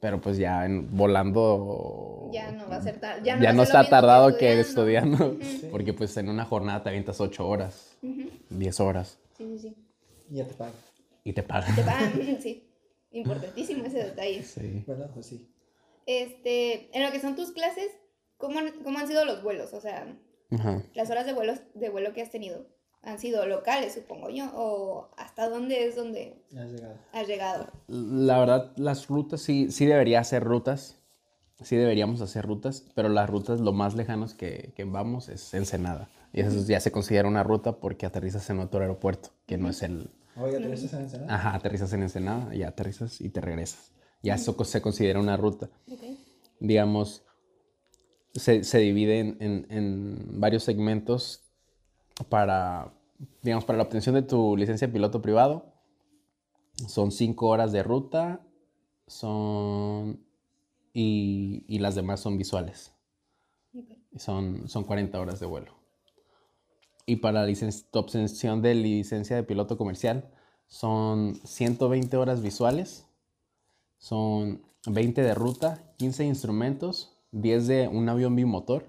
Pero pues ya en- volando... Ya no va a ser tal. Ya no, ya va a no ser está lo mismo tardado que estudiando. Ujú. Porque pues en una jornada te avientas 8 horas, Ujú. 10 horas Sí, sí, sí. Ya te pago. y te pagan. Te van, sí. Importantísimo ese detalle. Sí. Bueno, pues sí. Este, en lo que son tus clases, ¿cómo han, cómo han sido los vuelos? O sea, Ajá. las horas de vuelo, de vuelo que has tenido. ¿Han sido locales, supongo yo? ¿O hasta dónde es donde Ya has llegado. has llegado? La verdad, las rutas sí, sí debería hacer rutas. Sí deberíamos hacer rutas, pero las rutas lo más lejanos que, que vamos es Ensenada. Y eso ya se considera una ruta porque aterrizas en otro aeropuerto, que no es el... Oiga, ¿te ves a Ensenada? Ajá, aterrizas en Ensenada, ya aterrizas y te regresas. Ya eso co- se considera una ruta. digamos, se, se divide en, en- en varios segmentos para, digamos, para la obtención de tu licencia de piloto privado. Son cinco horas de ruta, son... Y, y las demás son visuales. Ok. y Son, son 40 horas de vuelo. Y para la licen- tu obtención de licencia de piloto comercial son 120 horas visuales son 20 de ruta, 15 instrumentos, 10 de un avión bimotor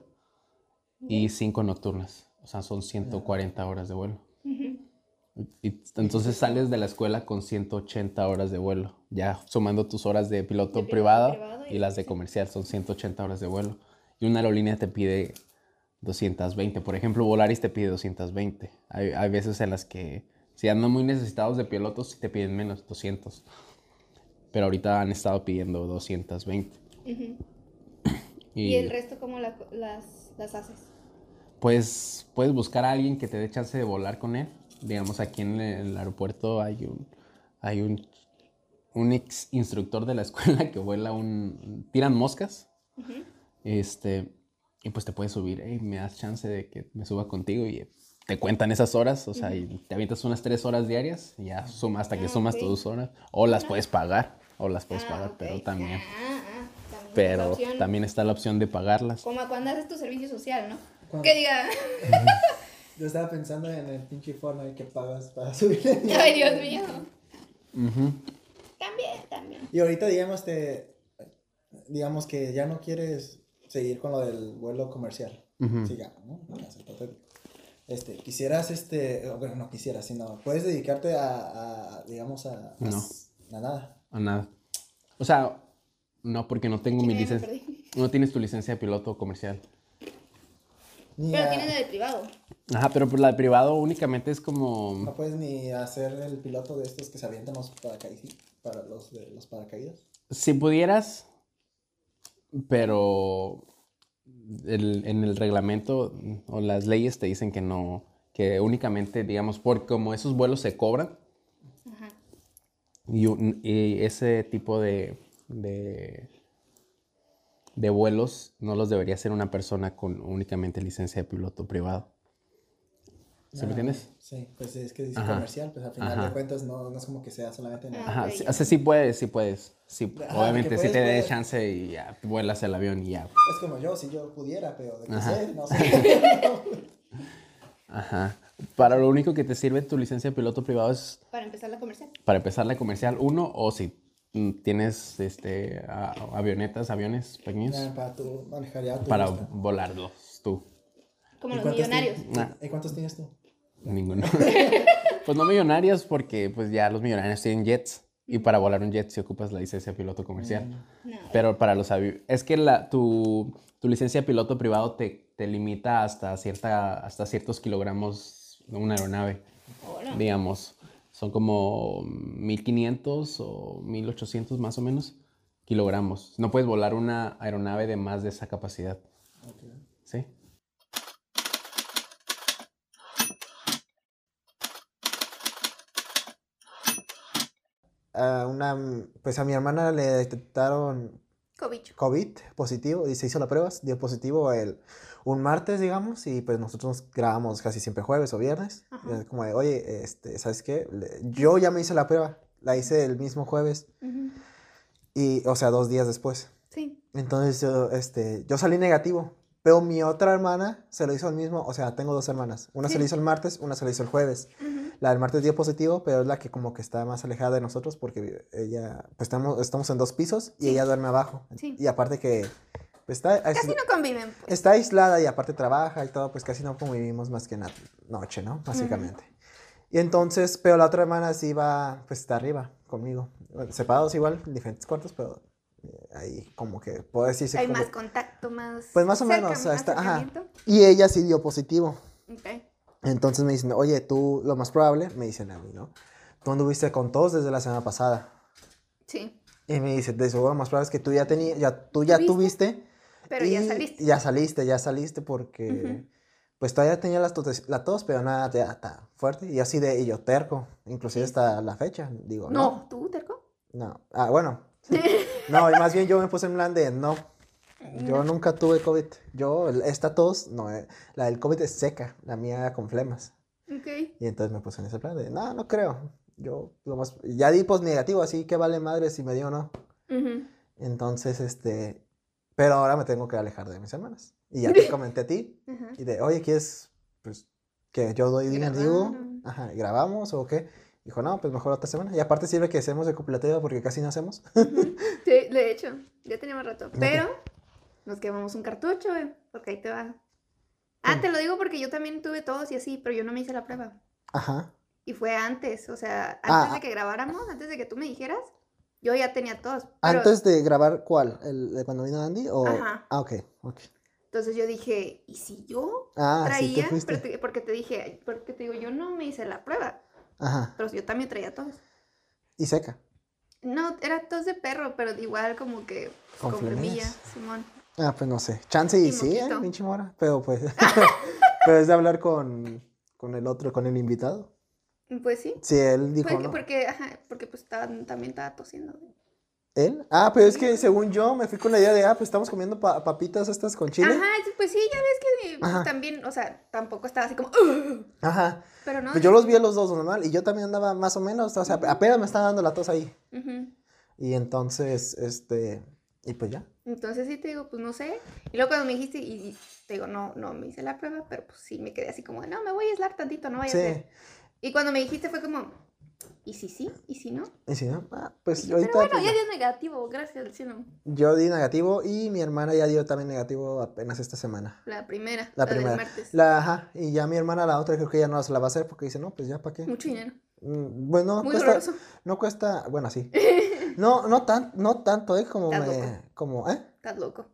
y 5 nocturnas. O sea, son 140 horas de vuelo. Ujú. Y entonces sales de la escuela con 180 horas de vuelo, ya sumando tus horas de piloto, De piloto privado, privado y y las de comercial, son 180 horas de vuelo. Y una aerolínea te pide 220, por ejemplo, Volaris te pide 220. Hay, hay veces en las que, si andan muy necesitados de pilotos, sí te piden menos, 200. Pero ahorita han estado pidiendo 220. Ujú. Y, ¿Y el resto cómo la- las, las haces? pues puedes buscar a alguien que te dé chance de volar con él. Digamos, aquí en el, el aeropuerto hay un, hay un, un ex instructor de la escuela que vuela un... tiran moscas. Ujú. Este, y pues te puedes subir, "Ey, me das chance de que me suba contigo y eh, te cuentan esas horas, o sea, y te avientas unas tres horas diarias y ya suma hasta que Ah, sumas ok. tus horas. O las puedes pagar, o las puedes Ah, pagar, ok. Pues pero también. Ah, ah, también es otra Pero opción. también está la opción de pagarlas. Como cuando haces tu servicio social, ¿no? Cuando- Que diga, Yo estaba pensando en el pinche Fortnite que pagas para subir el nivel. ay Dios mío. Ujú. También, también. Y ahorita, digamos, te, digamos que ya no quieres seguir con lo del vuelo comercial. Ujú. Sigamos, ¿no? Un caso hipotético. Este, quisieras, este, bueno, no quisieras, sino, puedes dedicarte a, a, digamos, a, a No. s- a nada. A nada. O sea, no, porque no tengo mi Ay, me licencia. perdí. No tienes tu licencia de piloto comercial. Ni Pero a- tienes la de privado. Ajá, pero por la de privado únicamente es como. No puedes ni hacer el piloto de estos que se avientan los paracaídas, para los de los paracaídas. Si pudieras, pero el- en el reglamento o las leyes te dicen que no, que únicamente, digamos, por como esos vuelos se cobran Ajá. y, un- y ese tipo de, de, de vuelos no los debería hacer una persona con únicamente licencia de piloto privado. ¿Sí me Ah, entiendes? Sí, pues es que dice Ajá. comercial, pues al final Ajá. de cuentas no, no es como que sea solamente en el- Ah. Ajá, ok, sí, ya. o sea, sí puedes, sí puedes. Sí, Ajá, obviamente, que si puedes, te dé puedes. chance y ya vuelas el avión y ya. Es como yo, si yo pudiera, pero de qué Ajá. sé, no sé. Ajá. Para lo único que te sirve tu licencia de piloto privado es Para empezar la comercial. para empezar la comercial uno o si mm, tienes este, a- avionetas, aviones pequeños, Ya, para tú manejar ya tu para gusto. volarlos tú. Como ¿Y los cuántos ti- millonarios. Nah. ¿Y cuántos tienes tú? Ninguno. pues no millonarios porque pues ya los millonarios tienen jets y para volar un jet si ocupas la licencia de piloto comercial. Mm. No. Pero para los aviones, es que la, tu, tu licencia de piloto privado te, te limita hasta, cierta, hasta ciertos kilogramos de una aeronave, Oh, no. digamos. Son como 1500 o 1800 más o menos kilogramos. No puedes volar una aeronave de más de esa capacidad, Ok. ¿sí? a una, pues a mi hermana le detectaron Cobicho. COVID positivo y se hizo la prueba, dio positivo el, un martes, digamos, y pues nosotros grabamos casi siempre jueves o viernes. Ajá. Y es como de, oye, este, ¿sabes qué? Le- yo ya me hice la prueba, la hice el mismo jueves, Ujú. y, o sea, dos días después. Sí. Entonces yo, este, yo salí negativo, pero mi otra hermana se lo hizo el mismo, o sea, tengo dos hermanas, una se Sí. lo hizo el martes, una se lo hizo el jueves. Ujú. La del martes dio positivo, pero es la que como que está más alejada de nosotros porque ella, pues estamos, estamos en dos pisos y ella duerme abajo. Sí. Y aparte que pues, está, Casi no conviven, pues. está aislada y aparte trabaja y todo, pues casi no convivimos más que en la noche, ¿no? Básicamente. Y entonces, pero la otra hermana sí va, pues está arriba conmigo. Bueno, Separados igual, en diferentes cuartos, pero eh, ahí como que puedo decirse Hay como- más contacto, más. Pues más o cerca, menos, o sea, más está- ajá. acercamiento. Y ella sí dio positivo. Ok. Entonces me dicen, oye, tú lo más probable, me dicen a mí, ¿no? Tú anduviste con todos desde la semana pasada. Sí, Y me dice, de seguro lo más probable es que tú ya tenías, ya, tú ya ¿Tuviste? tuviste. pero ya y saliste. Ya saliste, ya saliste porque, Ujú. pues todavía tenía las tos, la tos, pero nada, ya tan fuerte. Y así de, y yo terco, inclusive hasta la fecha, digo, No, ¿tú, Terco? no. no. Ah, bueno. No, y más bien yo me puse en plan de, no, yo nunca tuve COVID. Yo, esta tos, no, eh, la del COVID es seca, la mía era con flemas. Ok. Y entonces me puse en ese plan de, no, no creo. Yo, lo más, ya di pues negativo, así que vale madre si me dio o no. Ujú. Entonces, este, pero ahora me tengo que alejar de mis hermanas. Y ya te comenté a ti, Ajá. y de, oye, ¿quieres, pues, que yo doy Grabar, negativo? ¿no? Ajá, ¿grabamos o qué? Dijo, no, pues mejor otra semana. Y aparte sirve que hacemos de copilativo porque casi no hacemos. Ujú. Sí, de hecho, ya teníamos rato. te- Pero nos quemamos un cartucho, güey, porque ahí te va. Ah, Mm. te lo digo porque yo también tuve todos y así, pero yo no me hice la prueba. Ajá. Y fue antes, o sea, antes Ah, ah. de que grabáramos, antes de que tú me dijeras, yo ya tenía todos. pero- ¿Antes de grabar cuál? ¿El de cuando vino Andy o...? Ajá. Ah, ok, ok. Entonces yo dije, ¿y si yo Ah, sí, te traía? fuiste. Pero te- porque te dije, porque te digo, yo no me hice la prueba, Ajá. pero yo también traía todos. Y seca. No, era tos de perro, pero igual como que Con con, flemilla, flemillas. Simón. Ah, pues no sé. Chance y Y sí, ¿eh? moquito. pinche mora. Pero pues. pero es de hablar con, con el otro, con el invitado. Pues sí. Sí, él dijo. Porque, no. porque, ajá, porque pues estaba- también estaba tosiendo. güey. ¿Él? Ah, pero es que según yo me fui con la idea de, ah, pues estamos comiendo pa- papitas estas con chile. Ajá, sí, pues sí, ya ves que eh, pues, Ajá. también, o sea, tampoco estaba así como, "Ugh", Ajá. pero no. Pues yo los vi a los dos normal y yo también andaba más o menos, o sea, apenas me estaba dando la tos ahí. Ujú. Y entonces, este. Y pues ya. Entonces sí te digo, pues no sé. Y luego cuando me dijiste, y, y te digo, no, no me hice la prueba, pero pues sí me quedé así como, no, me voy a aislar tantito, no vaya a Sí. ser. Y cuando me dijiste fue como, ¿y si sí? ¿Y si no? Y si no, ah, pues Dije, pero yo ahorita. bueno, pues, ya ya. dio negativo, gracias al cielo. Yo di negativo y mi hermana ya dio también negativo apenas esta semana. La primera, La la, primera. del martes. La, ajá, y ya mi hermana, la otra, creo que ya no se la va a hacer porque dice, no, pues ya, ¿para qué? Mucho dinero. Mm, Bueno, no Muy cuesta, doloroso. no cuesta, bueno, sí. No, no, tan, no tanto, ¿eh? Como Estás me, como, ¿eh? Estás loco.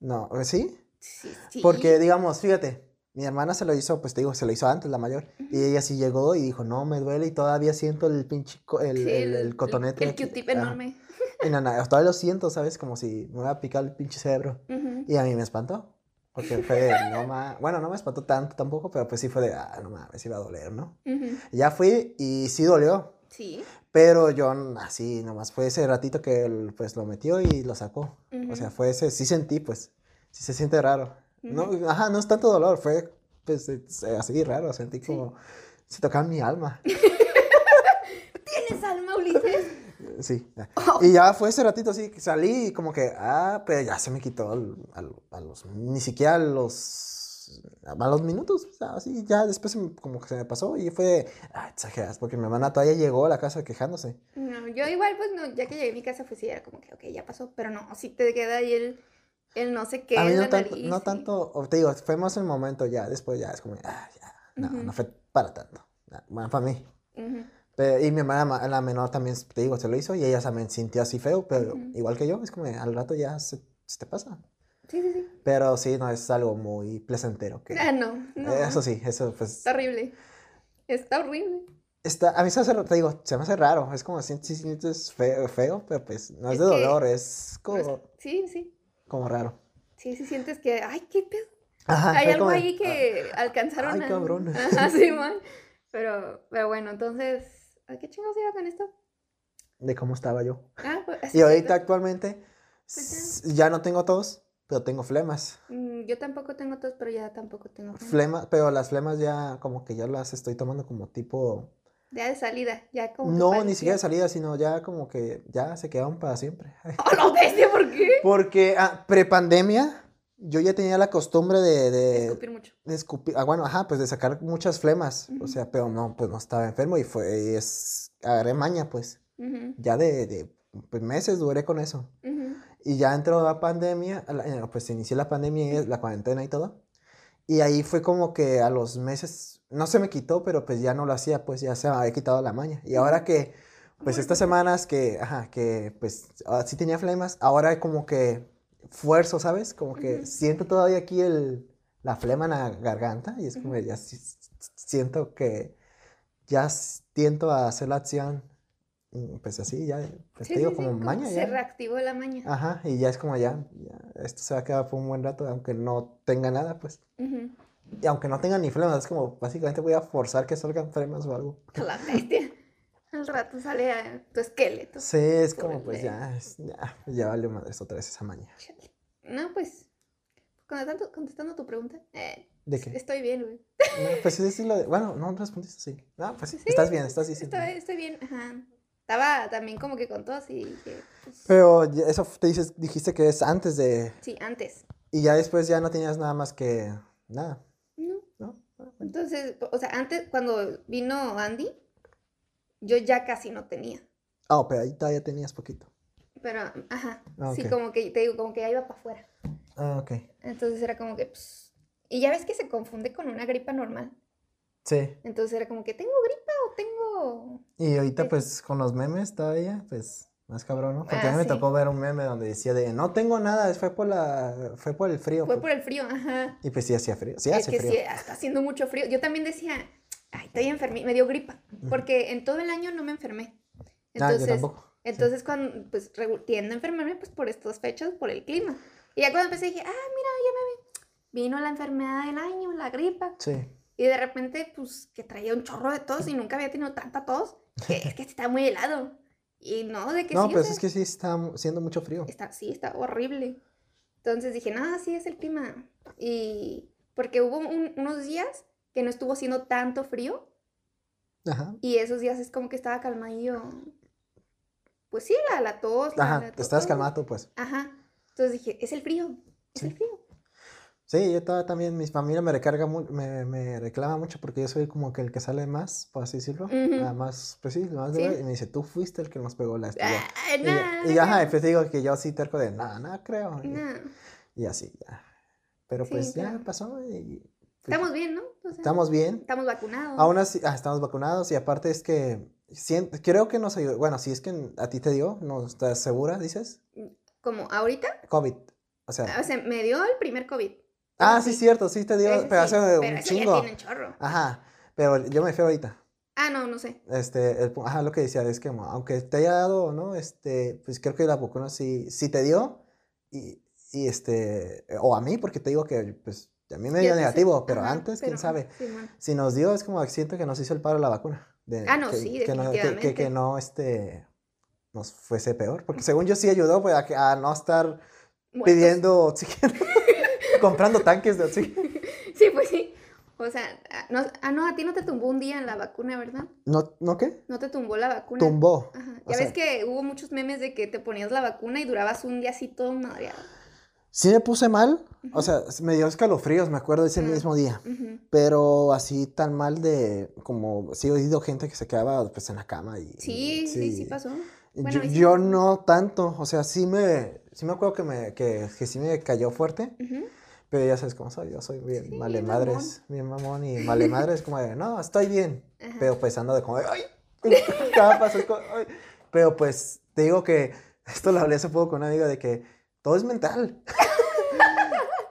No, ¿eh? ¿sí? Sí, sí. Porque, digamos, fíjate, mi hermana se lo hizo, pues te digo, se lo hizo antes, la mayor, y ella sí llegó y dijo, no, me duele y todavía siento el pinche, co- el, Sí, el, el cotonete. El, aquí". Q-tip Ajá. enorme. Y no, no, todavía lo siento, ¿sabes? Como si me hubiera picado el pinche cerebro. Ujú. Y a mí me espantó. Porque fue de, no ma- Bueno, no me espantó tanto tampoco, pero pues sí fue de, ah, no mames, iba a doler, ¿no? Ujú. Ya fui y sí dolió. Sí. Pero yo n- así, nomás fue ese ratito que él, pues lo metió y lo sacó. O sea, Ujú. fue ese, sí sentí, pues, sí se siente raro. Ujú. No, ajá, no es tanto dolor, fue pues es- así raro, sentí Sí. como, se tocaba mi alma. ¿Tienes alma, Ulises? eh, Sí. Oh. Y ya fue ese ratito así que salí y como que, ah, pero ya se me quitó al- al- a los, ni siquiera a los, a los minutos, o sea, así ya después se me- como que se me pasó y fue, ah, exageras, porque mi hermana todavía llegó a la casa quejándose. No, yo igual, pues no, ya que llegué a mi casa, fue sí, era como que, ok, ya pasó, pero no, sí te queda ahí el, el no sé qué. a mí en Ah, no, la tanto, nariz no y- tanto, o te digo, fue más el momento ya, después ya es como, ah, ya, no, Ujú. no fue para tanto, Ah, bueno, para mí. Ujú. Pero- y mi hermana, ma- la menor también, te digo, se lo hizo y ella también sintió así feo, pero Ujú. igual que yo, es como al rato ya se, se te pasa. Sí, sí, sí. Pero sí, no, es algo muy placentero. Que, Ah, no, no. Eso sí, eso pues... Está horrible. Está horrible. Está, a mí se me hace, te digo, se me hace raro, es como si si sientes feo, feo, pero pues no Es es de que- dolor, es No es- como, Sí, sí. como raro. Sí, sí, sientes que, ay, qué pedo. Ajá, Hay Ah, fue algo como- ah, ahí que alcanzaron. ay, a- cabrón. Ajá, sí, man. Pero, pero bueno, entonces, ¿a qué chingados iba con esto? de cómo estaba yo. Ah, pues, Y ahorita actualmente Pues s- ya no tengo tos, pero tengo flemas. Mm, Yo tampoco tengo tos, pero ya tampoco tengo fama. Flemas, pero las flemas ya como que ya las estoy tomando como tipo... Ya de salida, ya como. que No, ni parecía- siquiera de salida, sino ya como que ya se quedaron para siempre. Eh, ¡Oh, no, bestia! ¿Por qué? Porque ah, prepandemia yo ya tenía la costumbre de, de- Escupir mucho. de escupir, ah, bueno, ajá, pues de sacar muchas flemas, o sea, pero no, pues no estaba enfermo y fue, y es, agarré maña, pues, Ujú, ya de, de, pues, meses duré con eso. ujú. Y ya entró la pandemia, a la- eh, pues inicié la pandemia y la cuarentena y todo. Y ahí fue como que a los meses, no se me quitó, pero pues ya no lo hacía, pues ya se me había quitado la maña. Y ahora que, pues estas semanas que, ajá, que pues ah, sí tenía flemas, ahora como que fuerzo, ¿sabes? Como que Ujú. siento todavía aquí el, la flema en la garganta y es como Ujú. ya si- siento que ya s- tiento a hacer la acción. Y, Pues así, ya, pues Sí, te digo, sí, sí, como maña se ya. Ah. reactivó la maña. Ajá, y ya es como ya, ya, esto se va a quedar por un buen rato, aunque no tenga nada, pues. Ujú. Y aunque no tenga ni flemas, es como básicamente voy a forzar que salgan flemas o algo. A la bestia. Al rato sale eh, tu esqueleto. Sí, es Por como el pues de- ya, es- ya, pues, ya vale madres otra vez esa maña. Chale. No, pues, contestando, contestando tu pregunta, eh, ¿De qué? estoy bien, güey. No, pues sí, sí, lo de- bueno, no respondiste así. No, pues Sí, estás bien, estás diciendo. Estoy, estoy bien, ajá. Estaba también como que con tos y dije, pues, Pero ya- eso te dices, dijiste que es antes de, sí, antes, y ya después ya no tenías nada más que nada, ¿no? ¿no? Ah, bueno. Entonces, o sea, antes, cuando vino Andy, yo ya casi no tenía. Ah, pero ahí todavía tenías poquito. Pero, ajá, Ah, sí, ok. como que, te digo, como que ya iba para afuera. Ah, ok. Entonces era como que, pues, y ya ves que se confunde con una gripa normal. Sí. Entonces era como que, ¿tengo gripa o tengo Y ahorita, Sí. pues, con los memes todavía, pues, más cabrón, ¿no? Porque Ah, a mí me sí. tocó ver un meme donde decía de, no tengo nada, fue por la, fue por el frío. Fue pues". por el frío, ajá. Y pues sí hacía frío, sí Es hace que frío. Ah, sí, está haciendo mucho frío. Yo también decía, ay, estoy enfermí, me dio gripa, porque en todo el año no me enfermé. Ah, yo Entonces, tampoco. entonces cuando pues regu- tiendo a enfermarme pues por estas fechas, por el clima. Y ya cuando empecé dije, ah, mira, ya me vi- vino la enfermedad del año, la gripa. Sí. Y de repente, pues, que traía un chorro de tos y nunca había tenido tanta tos, que es que está muy helado. Y no, de que No, sí, o pues sea, es que sí está mu- siendo mucho frío. Está, sí, está horrible. Entonces dije, no, sí es el clima. Y porque hubo un- unos días que no estuvo haciendo tanto frío Ajá. y esos días es como que estaba calmadillo. Pues sí, la, la tos. la- la Ajá, to- te estás todo. calmado, pues. Ajá. Entonces dije, es el frío, es Sí. el frío. Sí, yo ta- también, mi familia me recarga, mu- me, me reclama mucho porque yo soy como que el que sale más, por así decirlo. Ujú. Nada más, pues sí, nada más Sí. de ver. Y me dice, tú fuiste el que nos pegó la estrella. Ah, Y, yo- nah, y no ajá, y creo. pues digo que yo sí terco de, nada, nada creo. Y- Nah. Y así, ya. Pero Sí, pues ya claro. pasó y pues, Estamos bien, ¿no? O sea, estamos bien. estamos vacunados. Aún así, ah, estamos vacunados y aparte es que sien- creo que nos ayudó. Bueno, si es que a ti te dio, ¿no estás segura, dices? Como ahorita, COVID. O sea, o sea, me dio el primer COVID. ah, sí, cierto, sí te dio, Ese pero sí, hace un pero ese ya chingo. tiene un chorro. Ajá, pero yo me refiero ahorita. Ah, no, no sé. Este, el pu- ajá, lo que decía es que mo- aunque te haya dado o no, este, pues creo que la vacuna sí, sí te dio y, y este, o a mí, porque te digo que pues a mí me Yo dio te sé. negativo, pero Ajá, antes, quién pero- sabe. Simón. Si nos dio, es como que siento que nos hizo el paro la vacuna. de- Ah, no, que, sí, que no, que- que- definitivamente. que no, este, nos fuese peor. Porque según yo sí ayudó pues, a, que- a no estar Muertos. pidiendo oxígeno, comprando tanques de oxígeno. Sí, pues sí. O sea, a- no, ah, no, a ti no te tumbó un día en la vacuna, ¿verdad? ¿No, ¿no qué? No te tumbó la vacuna. Tumbó. Ajá. o Ya ves sea- que hubo muchos memes de que te ponías la vacuna y durabas un día así todo madreado. Sí me puse mal, o sea, me dio escalofríos, me acuerdo, ese Ajá. mismo día. Ujú. Pero así tan mal de, como, sí he oído gente que se quedaba pues en la cama y... Sí, sí, sí, pasó. Bueno, yo, a mí sí yo me pasó. no tanto, o sea, sí me, sí me acuerdo que, me, que, que sí me cayó fuerte, Ujú. pero ya sabes cómo soy, yo soy bien Sí, vale bien madres, bien mamón y vale madres, como de, no, estoy bien, Ajá. pero pues ando de como, de, ay, cada paso es como, ay, pero pues te digo que, esto lo hablé hace poco con una amiga de que todo es mental.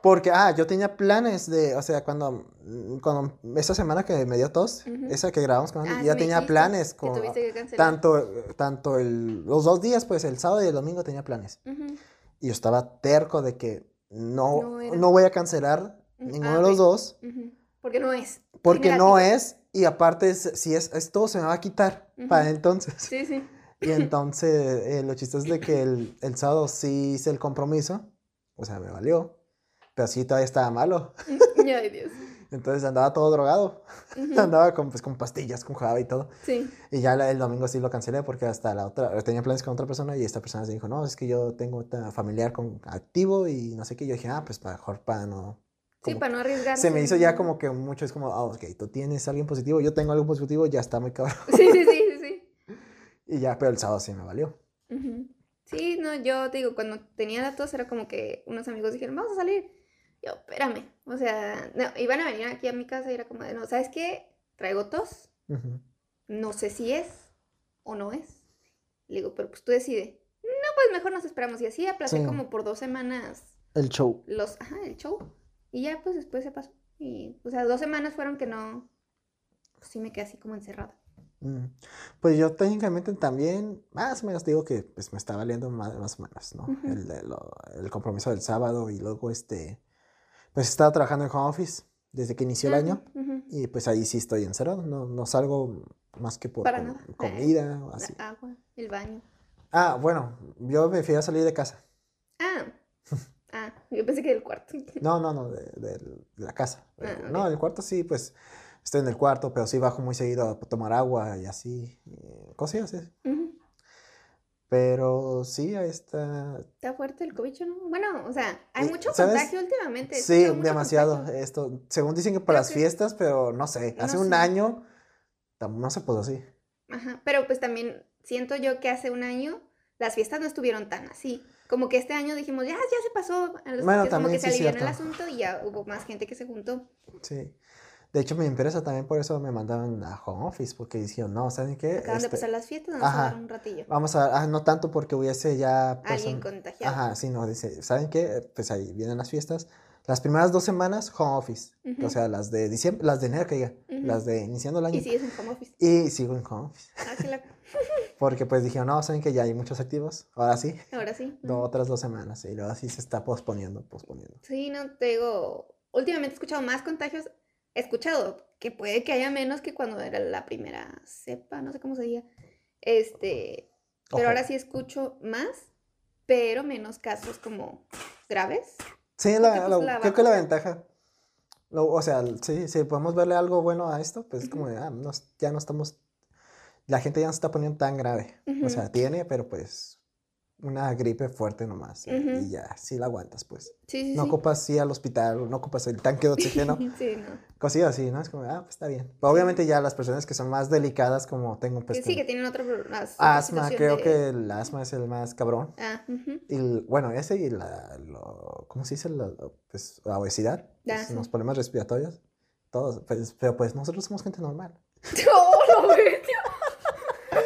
Porque, ah, yo tenía planes de, o sea, cuando, mm, cuando esa semana que me dio tos, Ujú. esa que grabamos con Andy, Ah, sí ya me tenía dijiste planes que con, tuviste que cancelar. tanto, tanto el, los dos días, pues el sábado y el domingo tenía planes. Ujú. Y yo estaba terco de que no, No no, era. voy a cancelar Mm, ninguno ah, de los ok. dos Ujú. Porque no es. porque no Negativo. es. Y aparte, es- si es, esto se me va a quitar para Ujú. entonces. Sí, sí. Y entonces, eh, lo chistoso es de que el, el sábado sí hice el compromiso. O sea, me valió. Pero sí, todavía estaba malo. Ay, Dios. Entonces andaba todo drogado. andaba con, pues, con pastillas, con jarabe y todo. Sí. Y ya la- el domingo sí lo cancelé porque hasta la otra, tenía planes con otra persona y esta persona se dijo, no, es que yo tengo otra familiar con activo y no sé qué. Yo dije, ah, pues mejor para no. Sí, como- para no arriesgarse. se me hizo ya como que mucho, es como, ah, ok, tú tienes alguien positivo, yo tengo algo positivo, ya está muy cabrón. Sí, sí, sí, sí, sí. Y ya, pero el sábado sí me valió. Ujú. Sí, no, yo te digo, cuando tenía la tos era como que unos amigos dijeron, vamos a salir. Yo, espérame. O sea, no, iban a venir aquí a mi casa y era como de, no, ¿sabes qué? Traigo tos. Ujú. No sé si es o no es. Le digo, pero pues tú decide. No, pues mejor nos esperamos. Y así aplacé Sí. como por dos semanas El show. los, ajá, el show. Y ya, pues después se pasó. Y, o sea, dos semanas fueron que no. pues, Sí me quedé así como encerrada. Mm. Pues yo técnicamente también, más o menos digo que pues me está valiendo más, más o menos, ¿no? Ujú. El, de lo- el compromiso del sábado y luego este, pues he estado trabajando en home office desde que inició el año Ujú, ujú. y pues ahí sí estoy encerrado, no, no salgo más que por Para com- nada. comida o así. La agua, el baño. Ah, bueno, yo me fui a salir de casa. Ah, ah, yo pensé que del cuarto. No, no, no, de, del- de la casa. Ah, No, ok. el cuarto sí, pues estoy en el cuarto, pero sí bajo muy seguido a tomar agua y así, eh, cosillas, eh. Ujú. Pero sí, ahí está, Está fuerte el cobicho, ¿no? Bueno, o sea, hay Eh, mucho ¿sabes? contagio últimamente. he Sí, escuchado mucho demasiado. contagio. Esto, según dicen que para Creo las que- fiestas, pero no sé. Hace No un sé. año tam- no se pudo así. Ajá, pero pues también siento yo que hace un año las fiestas no estuvieron tan así. Como que este año dijimos, ya, ya se pasó. a los- Bueno, que como también que se sí es alivianó el cierto. asunto y ya hubo más gente que se juntó. Sí. De hecho, me interesa también por eso me mandaron a home office, porque dijeron, no, ¿saben qué? Acaban de Este, pasar las fiestas, vamos ajá. a dar un ratillo. vamos a, ah, no tanto porque hubiese ya pues, Alguien person- contagiado. Ajá, sí, no, dice, ¿saben qué? Pues ahí vienen las fiestas. Las primeras dos semanas, home office. Ujú. O sea, las de diciembre, las de enero que diga, Ujú. las de iniciando el año. Y sí, es un home office. Y sigo en home office. Ah, que la- Porque pues dijeron, no, ¿saben que Ya hay muchos activos. Ahora sí. Ahora sí. no, otras dos semanas y luego así se está posponiendo, posponiendo. Sí, no te digo, últimamente he escuchado más contagios, he escuchado que puede que haya menos que cuando era la primera cepa, no sé cómo se diga. Este, pero Ojo. ahora sí escucho más, pero menos casos como graves. Sí, porque, la- pues, la- la creo que vacuna- la ventaja, lo- o sea, sí, sí, podemos verle algo bueno a esto, pues es como, Ujú. de, ah, no- ya no estamos, la gente ya no se está poniendo tan grave. O sea, Ujú. tiene, pero pues una gripe fuerte nomás y, y Ujú. ya, sí la aguantas, pues. Sí, sí, No sí. ocupas ir al hospital, no ocupas el tanque de oxígeno, Sí, no. cosillas así, ¿no? Es como, ah, pues está bien. Pero obviamente ya las personas que son más delicadas, como tengo pues Que sí, como que tienen otro pro- más- otra asma, situación creo de- que el asma es el más cabrón. Ah, ujú. Y el- bueno, ese y la, lo- ¿cómo se dice? La, la- pues, la obesidad, Ya, pues, sí. los problemas respiratorios, todos, pues, pero pues nosotros somos gente normal. ¡Oh, la bestia!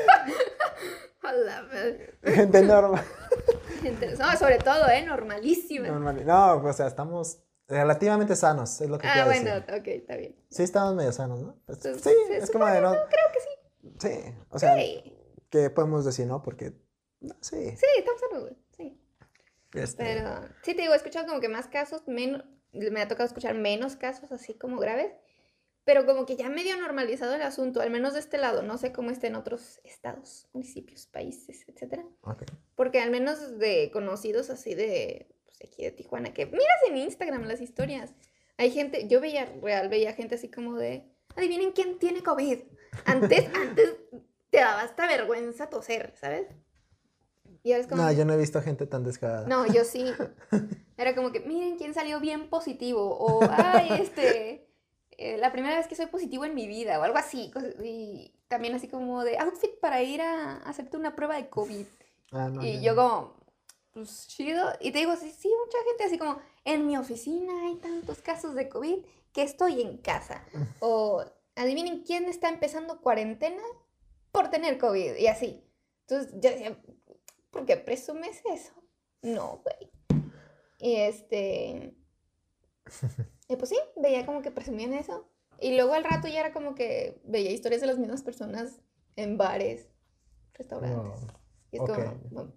A la madre. Gente normal. Interes- No, sobre todo, ¿eh? Normalísima. normal. No, pues, o sea, estamos relativamente sanos, es lo que Ah, quiero bueno, decir. ok, está bien. Sí, estamos medio sanos, ¿no? Pues, Pues, sí, se es como de no. Creo que sí. Sí, o sea, Sí, que podemos decir no porque. no, sí. sí, estamos en Google, sí. este, Pero sí, te digo, he escuchado como que más casos, menos, me ha tocado escuchar menos casos así como graves, pero como que ya medio normalizado el asunto, al menos de este lado, no sé cómo está en otros estados, municipios, países, etcétera. ok. Porque al menos de conocidos así de, pues, de aquí de Tijuana, que miras en Instagram las historias. Hay gente, yo veía real, veía gente así como de, adivinen quién tiene COVID. Antes, antes te daba hasta vergüenza toser, ¿sabes? Y ahora es como, No, que- yo no he visto gente tan descarada. no, yo sí. Era como que, miren quién salió bien positivo. O, ay, este, eh, la primera vez que soy positivo en mi vida. O algo así. cosas- Y también así como de outfit para ir a hacerte una prueba de COVID. Ah, no, Y yo yo no. como, pues chido. Y te digo, sí, sí, mucha gente así como, en mi oficina hay tantos casos de COVID que estoy en casa. O adivinen quién está empezando cuarentena por tener COVID y así. Entonces yo decía, ¿por qué presumes eso? No, güey. Y este... Y pues sí, veía como que presumían eso. Y luego al rato ya era como que veía historias de las mismas personas en bares, restaurantes. Wow. Y es Ok. como, bueno,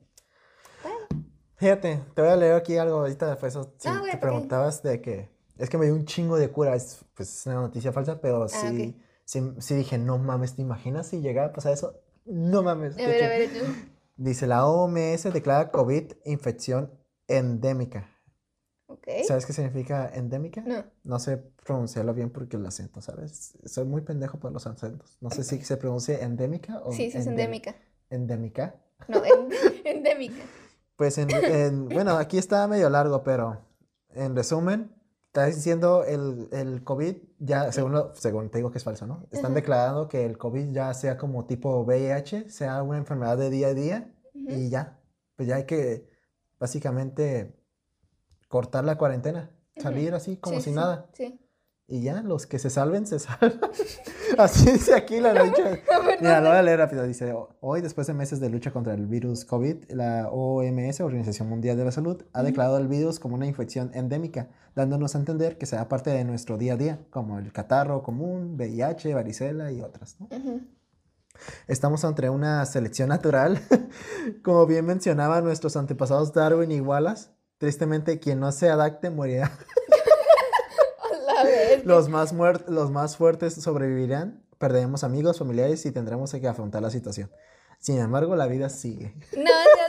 Fíjate, te voy a leer aquí algo ahorita, pues eso sí, Ah, güey, te ok. preguntabas de que es que me dio un chingo de cura, es, pues es una noticia falsa, pero sí, Ah, ok. sí, sí dije, no mames, ¿te imaginas si llegara a pasar eso? No mames. a de ver, que- a ver, yo- Dice, la OMS declara COVID infección endémica. Ok. ¿Sabes qué significa endémica? ¿Eh? No. No sé pronunciarlo bien porque el acento, ¿sabes? Soy muy pendejo para los acentos. No sé si se pronuncia endémica o. Sí, sí es endem- endémica. Endémica. No, en- endémica. Pues en, en- bueno, aquí está medio largo, pero en resumen, estás diciendo el, el COVID ya, según, lo- según te digo que es falso, ¿no? Están Ujú. declarando que el COVID ya sea como tipo VIH, sea una enfermedad de día a día Ujú. y ya, pues ya hay que básicamente cortar la cuarentena, salir así como Sí, si sí, nada Sí. y ya los que se salven se salvan. Así dice aquí la noche. A ver, Mira, lo ¿dónde? voy a leer rápido. Dice, "O- hoy, después de meses de lucha contra el virus COVID, la OMS, Organización Mundial de la Salud, ha Ujú. declarado el virus como una infección endémica, dándonos a entender que será parte de nuestro día a día, como el catarro común, VIH, varicela y otras. ¿no? Ujú. Estamos ante una selección natural, como bien mencionaban nuestros antepasados Darwin y Wallace. Tristemente, quien no se adapte morirá. A la vez. Los más, muer- los más fuertes sobrevivirán, perderemos amigos, familiares y tendremos que afrontar la situación. Sin embargo, la vida sigue. No, ya-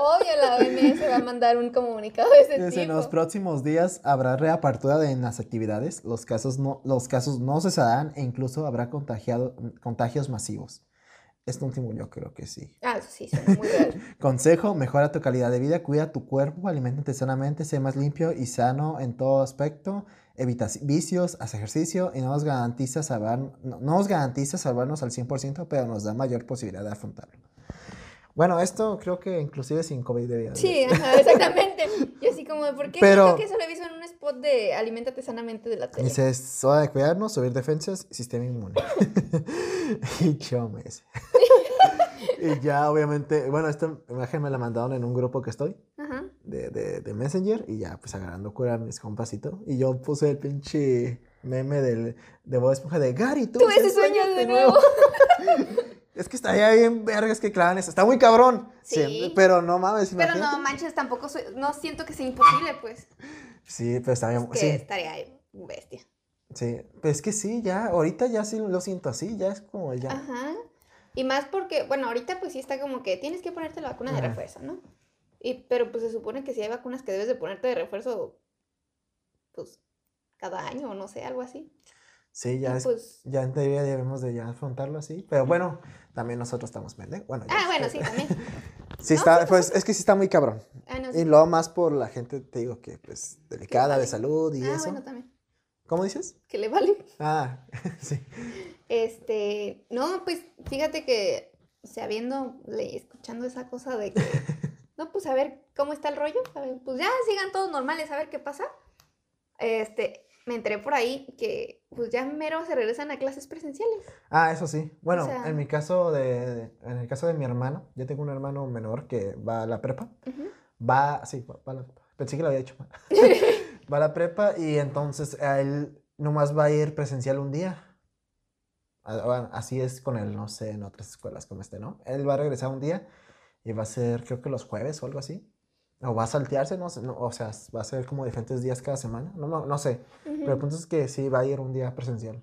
Obvio la OMS va a mandar un comunicado de ese Dice, en tipo. los próximos días habrá reapertura de en las actividades, los casos no, los casos no cesarán e incluso habrá contagiado, contagios masivos. Esto último yo creo que sí. Ah, sí, suena muy real. Consejo, mejora tu calidad de vida, cuida tu cuerpo, aliméntate sanamente, sé más limpio y sano en todo aspecto, evita ci- vicios, haz ejercicio y no nos garantiza, salvar, no, no nos garantiza salvarnos al 100%, pero nos da mayor posibilidad de afrontarlo. Bueno, esto creo que inclusive sin COVID debía de Sí, ajá, exactamente. Yo así como, ¿por qué Pero- siento que eso lo he visto en un spot de Aliméntate sanamente de la tele? Dice, es hora de cuidarnos, subir defensas, sistema inmune. y chomes. y ya, obviamente, bueno, esta imagen me la mandaron en un grupo que estoy Ajá. de, de, de Messenger y ya, pues agarrando cura a mis compas y todo. Y yo puse el pinche meme del, de Bob Esponja de Gary, tú, Tuve ese sueño de nuevo. es que está ya bien vergas que clavan eso. Está muy cabrón. Sí. pero no mames, Pero imagínate. no manches, tampoco soy- no siento que sea imposible, pues. Sí, pero está bien. Que Ah, sí. estaría ahí, bestia. Sí, pues es que sí, ya, ahorita ya sí lo siento así, ya es como ya. Ajá. Y más porque, bueno, ahorita pues sí está como que tienes que ponerte la vacuna de Ajá. refuerzo, ¿no? Y, pero pues se supone que si hay vacunas que debes de ponerte de refuerzo, pues cada año o no sé, algo así. Sí, ya Y, es, pues- ya en teoría debemos de ya afrontarlo así, pero bueno, también nosotros estamos pendejos. Bueno, ya Ah, es- bueno, sí, también. Sí No, está, sí, pues es que sí está muy cabrón. Ah, no, sí. Y luego más por la gente, te digo que pues delicada de vale. salud y ah, eso. bueno, también. ¿Cómo dices? Que le vale. Ah, sí. Este, no, pues fíjate que, o sea, viendo, le- escuchando esa cosa de que, no, pues a ver cómo está el rollo, a ver, pues ya sigan todos normales, a ver qué pasa. Este, me enteré por ahí que, pues ya mero se regresan a clases presenciales. Ah, eso sí. Bueno, sea- en mi caso de, de- en el caso de mi hermano, yo tengo un hermano menor que va a la prepa. Ujú. Va, sí, va va a la prepa. Pensé que lo había hecho mal. va a la prepa y entonces a él nomás va a ir presencial un día. A- bueno, así es con él, no sé, en otras escuelas como este, ¿no? Él va a regresar un día y va a ser, creo que los jueves o algo así. O va a saltearse, no sé, no, o sea, va a ser como diferentes días cada semana. No, no, no sé. Pero pues, el Ujú. punto es que sí va a ir un día presencial.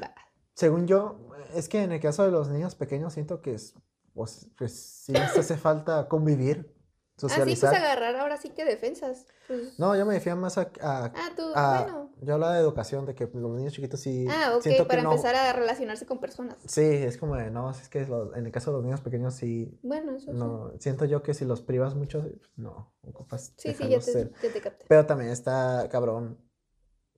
Va. Según yo, es que en el caso de los niños pequeños siento que es, pues, pues, sí les hace falta convivir, Así Ah, pues socializar. agarrar ahora sí que defensas. pues. no, yo me refiero más a, a- Ah, tú, a- bueno. yo hablaba de educación, de que los niños chiquitos sí Ah, ok, siento para que no. empezar a relacionarse con personas. Sí, es como de, no, es que los- en el caso de los niños pequeños sí, Bueno, eso sí. no, siento yo que si los privas mucho, no, ocupas sí. Sí, ya dejarlos te, ser. ya te capté. Pero también está cabrón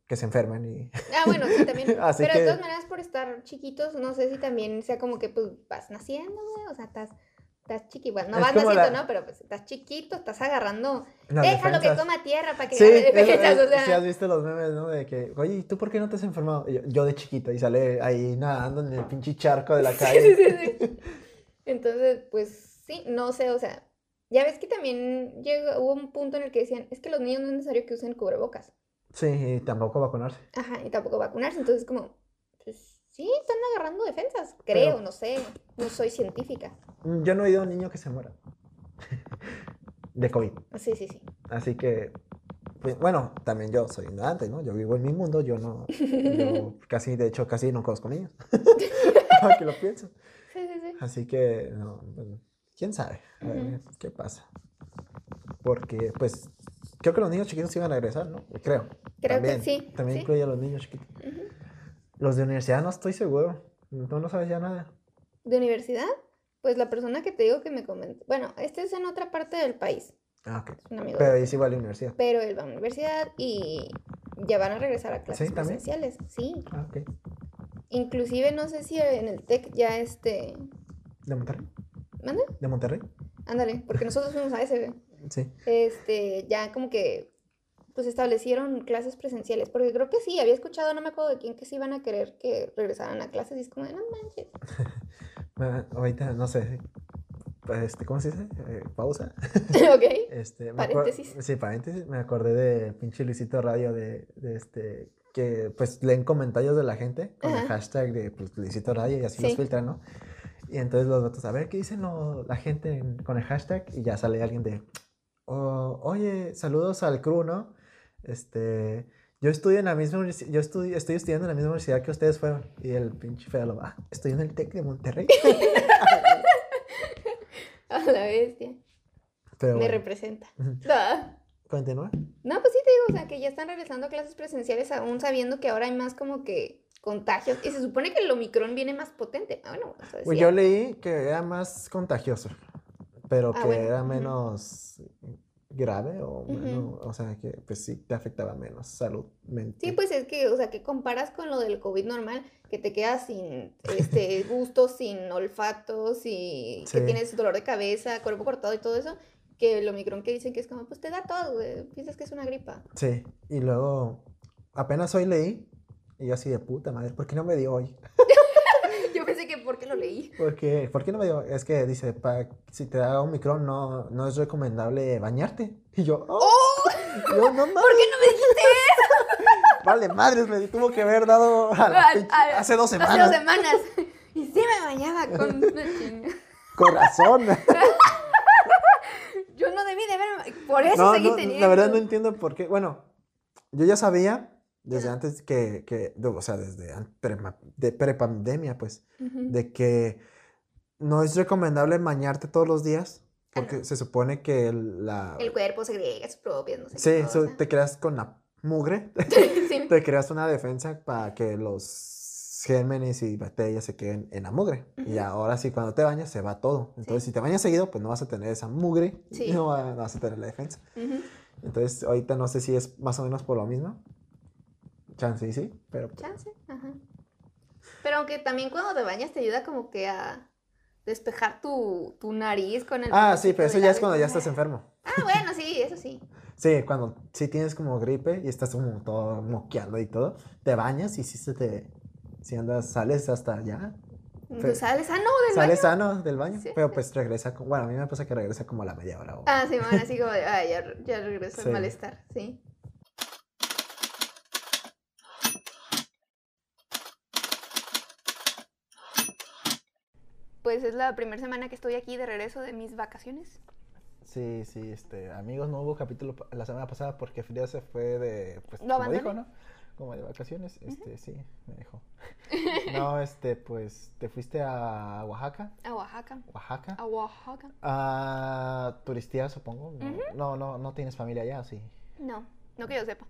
que se enfermen y... Ah, bueno, sí, también. Así Pero que- de todas maneras, por estar chiquitos, no sé si también sea como que pues vas naciendo, güey. O sea, estás, estás chiqui. Bueno, no Es vas como naciendo, la- ¿no? Pero pues estás chiquito, estás agarrando. las Déjalo Eh, que defensas. coma tierra para que Sí, agarre eso, defensas, eh, o sea. sí has visto los memes, ¿no? De que, oye, ¿y tú por qué no te has enfermado? Y Yo, yo de chiquito y sale ahí nadando en el pinche charco de la Sí, calle. sí, sí. Entonces, pues sí, no sé, o sea. Ya ves que también llegó, hubo un punto en el que decían, es que los niños no es necesario que usen cubrebocas. Sí, y tampoco vacunarse. Ajá, y tampoco vacunarse. Entonces, como, pues sí, están agarrando defensas, creo, Pero- no sé. No soy científica. Mm, Yo no he oído a un niño que se muera de COVID. Sí, sí, sí. Así que, pues, bueno, también yo soy ignorante, ¿no? Yo vivo en mi mundo, yo no, yo casi, de hecho, casi no conozco niños. Ahora que lo pienso. Sí, sí, sí. Así que, no, bueno, quién sabe, a ver Ujú. qué pasa. Porque, pues, creo que los niños chiquitos iban a regresar, ¿no? Creo. que También, sí, También sí. incluye a los niños chiquitos. Los de universidad no estoy seguro. No, no sabes ya nada. ¿De universidad? Pues la persona que te digo que me comentó. Bueno, este es en otra parte del país, Ah, ok. un amigo. Pero ahí sí va a la universidad. Pero él va a la universidad y ya van a regresar a clases Sí, también. presenciales. Sí. Ah, ok. Inclusive no sé si en el TEC ya este... ¿De Monterrey? ¿Manda? ¿De Monterrey? Ándale, porque nosotros fuimos a ese. Sí. Este, ya como que pues establecieron clases presenciales, porque creo que sí, había escuchado, no me acuerdo de quién, que sí iban a querer que regresaran a clases y es como, de, no manches. Ah, ahorita, no sé. sí. Pues, Este, ¿Cómo se dice? Eh, pausa. ok. Este, me acuer- Paréntesis. Sí, paréntesis. Me acordé de pinche Luisito Radio de, de este que pues leen comentarios de la gente con el Ajá. hashtag de pues, Luisito Radio y así los Sí. filtran, ¿no? Y entonces los vatos, a ver qué dicen lo- la gente en- con el hashtag y ya sale alguien de, "Oh, oye, saludos al crew, ¿no? Este, yo estudio en la misma universidad, yo estudi- estoy estudiando en la misma universidad que ustedes fueron. Y el pinche feo lo va, ah, estoy en el TEC de Monterrey. A la bestia. Pero Me bueno, representa. Ujú. Ah. continúa. No, pues sí te digo, o sea, que ya están regresando a clases presenciales aún sabiendo que ahora hay más como que contagios. Y se supone que el Omicron viene más potente. Ah, bueno, eso Pues decía. yo leí que era más contagioso, pero Ah, que bueno, era ujú. menos grave o Ujú. menos- o sea, que pues sí te afectaba menos salud mental. Sí, pues es que, o sea, que comparas con lo del COVID normal, que te quedas sin este gusto, sin olfato, si que Sí. tienes dolor de cabeza, cuerpo cortado y todo eso, que el Omicron que dicen que es como, pues te da todo, güey, piensas que es una gripa. Sí, y luego apenas hoy leí y yo así de puta madre, ¿por qué no me dio hoy? Yo pensé que porque lo leí. Porque, ¿por qué no me dio? Es que dice, pa, si te da Omicron no, no es recomendable bañarte. Y yo, oh, yo no mames, ¿Por qué no me dijiste vale madres, me tuvo que haber dado a la Al- pinche- al- hace dos eso? Hace semanas. dos semanas. Y sí me bañaba con una chinga. Corazón. Yo no debí de haberme. Por eso No, seguí no, teniendo. la verdad no entiendo por qué. Bueno, yo ya sabía desde Ajá. antes que, que de- o sea, desde an- prema- de prepandemia, pues, Ujú. de que no es recomendable bañarte todos los días Ah, porque no. se supone que el- la... El cuerpo segrega sus propias, no sé sí, qué eso cosa. te creas con la mugre, Sí. te creas una defensa para que los gérmenes y bacterias se queden en la mugre. Y Ujú. ahora sí, cuando te bañas, se va todo. Entonces, Sí. si te bañas seguido, pues no vas a tener esa mugre, Sí. no va- no vas a tener la defensa. Ujú. Entonces, ahorita no sé si es más o menos por lo mismo. Chance y sí, pero pues, Chance, ajá. Pero aunque también cuando te bañas te ayuda como que a despejar tu, tu nariz con el... Ah, sí, pellizco pero eso del ya es agua y cuando como, ya estás "Ah". enfermo. Ah, bueno, sí, eso sí. Sí, cuando sí tienes como gripe y estás como todo moqueando y todo, te bañas y sí se te... Si andas, sales hasta allá, Fe- Pues sales, ah, no, del sales sano del baño, Sí. pero pues regresa, co- bueno, a mí me pasa que regresa como a la media hora o- baño. Ah, sí, bueno, así como, de, ah, ya, re- ya regresó Sí. el malestar, sí. Pues es la primera semana que estoy aquí de regreso de mis vacaciones. Sí, sí, este, amigos, no hubo capítulo pa- la semana pasada porque Frida se fue de, pues, Lo como dijo, abandoné. ¿no? Como de vacaciones, este, sí, me dijo. No, este, pues, te fuiste a Oaxaca, A Oaxaca. Oaxaca, A Oaxaca. a turistear, supongo. No, Ah. Ujú. no, no, no tienes familia allá, ¿o sí. No, no que yo sepa.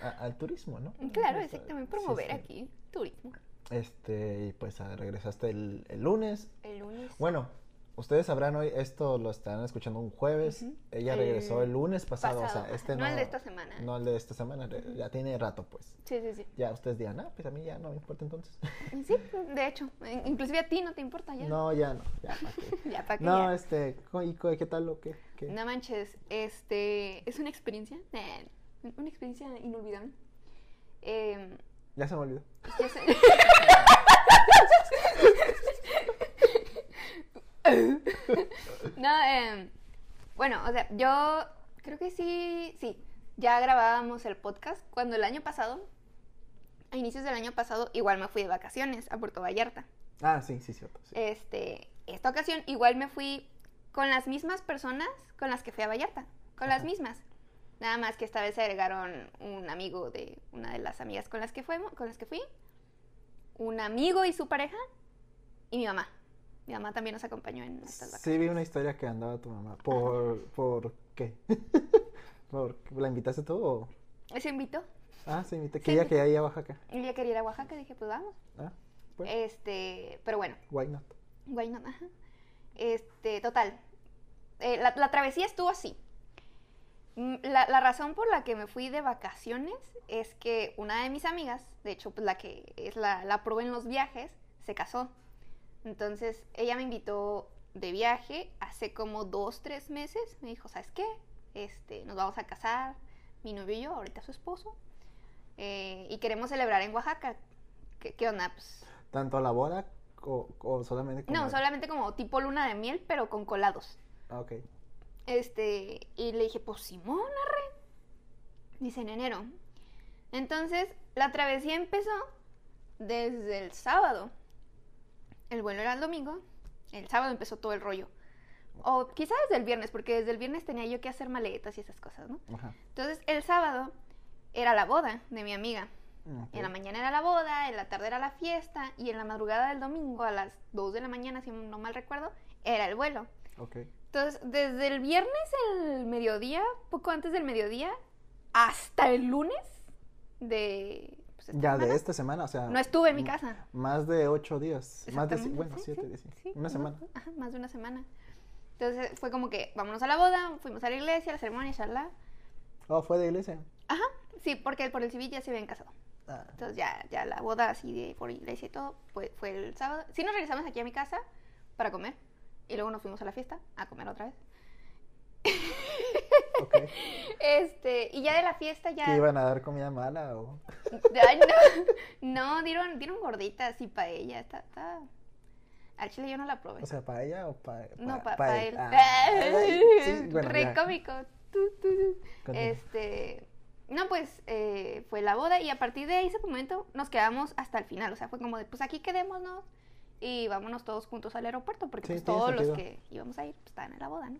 A- al turismo, ¿no? Mm, Claro, Está- exactamente. Mm, sí, Promover sí. aquí turismo. Este, y pues, ah, regresaste el, el lunes. El lunes. Bueno, ustedes sabrán hoy, esto lo estarán escuchando un jueves. Ujú. Ella El regresó el lunes pasado, pasado, o sea, este ajá. no, el de esta semana. ¿eh? No el de esta semana, re- ya tiene rato, pues. Sí, sí, sí. Ya ustedes dirán, ah, pues a mí ya no me importa entonces. Sí, de hecho, in- inclusive a ti no te importa ya. No, ya no, ya ¿pa' qué? Ya, para que No, ya. este, co- ¿y co- qué tal o qué? ¿Qué? No manches, este, es una experiencia, eh, una experiencia inolvidable. Eh, Ya se me olvidó. ya sé- no, eh, bueno, o sea, yo creo que sí, sí, ya grabábamos el podcast cuando el año pasado, a inicios del año pasado, igual me fui de vacaciones a Puerto Vallarta. Ah, sí, sí, cierto. sí. Este, esta ocasión igual me fui con las mismas personas con las que fui a Vallarta, con las Ajá. mismas. Nada más que esta vez se agregaron un amigo de una de las amigas con las que fuimos, con las que fui, un amigo y su pareja y mi mamá. Mi mamá también nos acompañó en estas vacaciones. Sí, vi una historia que andaba tu Ah. mamá. ¿Por, ¿por qué? ¿Por, ¿La invitaste tú o...? Se invitó. Ah, sí, invité. Sí, Que ella invité. quería ir a Oaxaca. Y ella quería ir a Oaxaca, dije, pues vamos. Ah, bueno. Este, pero bueno, why not? Guay, no, ajá. Este, total. Eh, la, la travesía estuvo así. Mm, La, la razón por la que me fui de vacaciones es que una de mis amigas, de hecho, pues, la que es la, la pro en los viajes, se casó. Entonces, ella me invitó de viaje hace como dos, tres meses. Me dijo, ¿sabes qué? Este, nos vamos a casar, mi novio y yo, ahorita su esposo. eh, y queremos celebrar en Oaxaca. ¿Qué, qué onda? Pues, ¿Tanto la boda o, o solamente como...? no, solamente como tipo luna de miel, pero con colados. Ah, ok. Este, y le dije, pues Simón, arre. Dice en enero. Entonces, la travesía empezó desde el sábado. El vuelo era el domingo. El sábado empezó todo el rollo. O quizás desde el viernes, porque desde el viernes tenía yo que hacer maletas y esas cosas, ¿no? Ajá. Entonces, el sábado era la boda de mi amiga. Mm, Ok. En la mañana era la boda, en la tarde era la fiesta y en la madrugada del domingo a las 2 de la mañana, si no mal recuerdo, era el vuelo. Ok. Entonces, desde el viernes al mediodía, poco antes del mediodía, hasta el lunes de... pues, esta Ya semana, de esta semana, o sea... No estuve en mm, mi m- casa. Más de ocho días. Más de... ci- Exactamente, Bueno, sí, siete sí, días. sí. sí, Una más- semana. ajá, más de una semana. Entonces fue como que vámonos a la boda, fuimos a la iglesia, a la ceremonia, charla. Oh, fue de iglesia. Sí, porque por el civil ya se habían casado. Ah, Entonces ya, ya la boda así de por iglesia y todo fue, fue el sábado. Sí nos regresamos aquí a mi casa para comer y luego nos fuimos a la fiesta a comer otra vez. ok. Este, y ya de la fiesta ya... ¿Que iban a dar comida mala o...? Ay, no, no, dieron, dieron gorditas y paella. Está, está... Al chile yo no la probé. O sea, ¿para ella o para...? Pues, no, pa, para ah, él. sí, bueno, Re ya. cómico. Tu, tu, tu. Continúa. Este, no, pues eh, fue la boda y a partir de ese momento nos quedamos hasta el final. O sea, fue como de, pues aquí quedémonos y vámonos todos juntos al aeropuerto porque Sí, pues, tiene todos los sentido. que íbamos a ir pues, estaban en la boda, ¿no?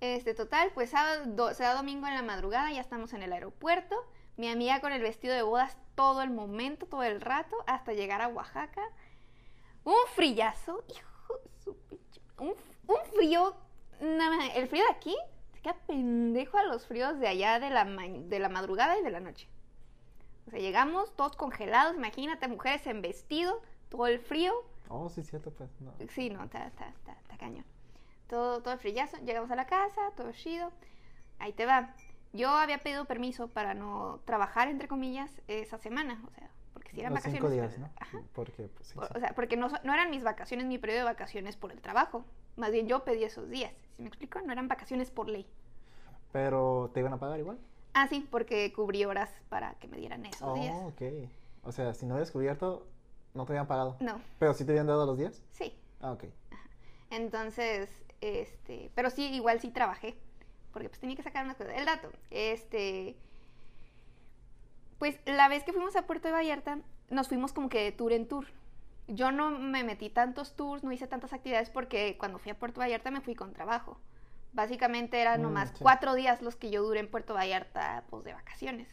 Este, total, pues sábado, do- se da domingo en la madrugada, ya estamos en el aeropuerto. Mi amiga con el vestido de bodas todo el momento, todo el rato, hasta llegar a Oaxaca. Un frillazo, hijo de su pinche- Un, un frío, nada más, el frío de aquí se queda pendejo a los fríos de allá de la, ma- de la madrugada y de la noche. O sea, llegamos todos congelados, imagínate, mujeres en vestido, todo el frío, Oh, sí, cierto, pues. No. Sí, no, está, está, está, está cañón. Todo, todo frillazo. Llegamos a la casa, todo chido. Ahí te va. Yo había pedido permiso para no trabajar, entre comillas, esa semana. O sea, porque si eran Los vacaciones. cinco días, pero- ¿no? Ajá. Porque, pues, sí, O, sí. o sea, porque no, so- no eran mis vacaciones, mi periodo de vacaciones por el trabajo. Más bien yo pedí esos días. ¿Sí me explico? No eran vacaciones por ley. Pero, ¿te iban a pagar igual? Ah, sí, porque cubrí horas para que me dieran esos Oh, días. ok. O sea, si no habías cubierto, no te habían pagado. No, Pero sí te habían dado los días. sí, Ah, ok. Entonces, este, pero sí, igual sí trabajé, porque pues tenía que sacar unas cosas. El dato, este, pues la vez que fuimos a Puerto Vallarta, nos fuimos como que de tour en tour. Yo no me metí tantos tours, no hice tantas actividades porque cuando fui a Puerto Vallarta me fui con trabajo. Básicamente eran Mm, nomás sí. cuatro días los que yo duré en Puerto Vallarta, pues de vacaciones.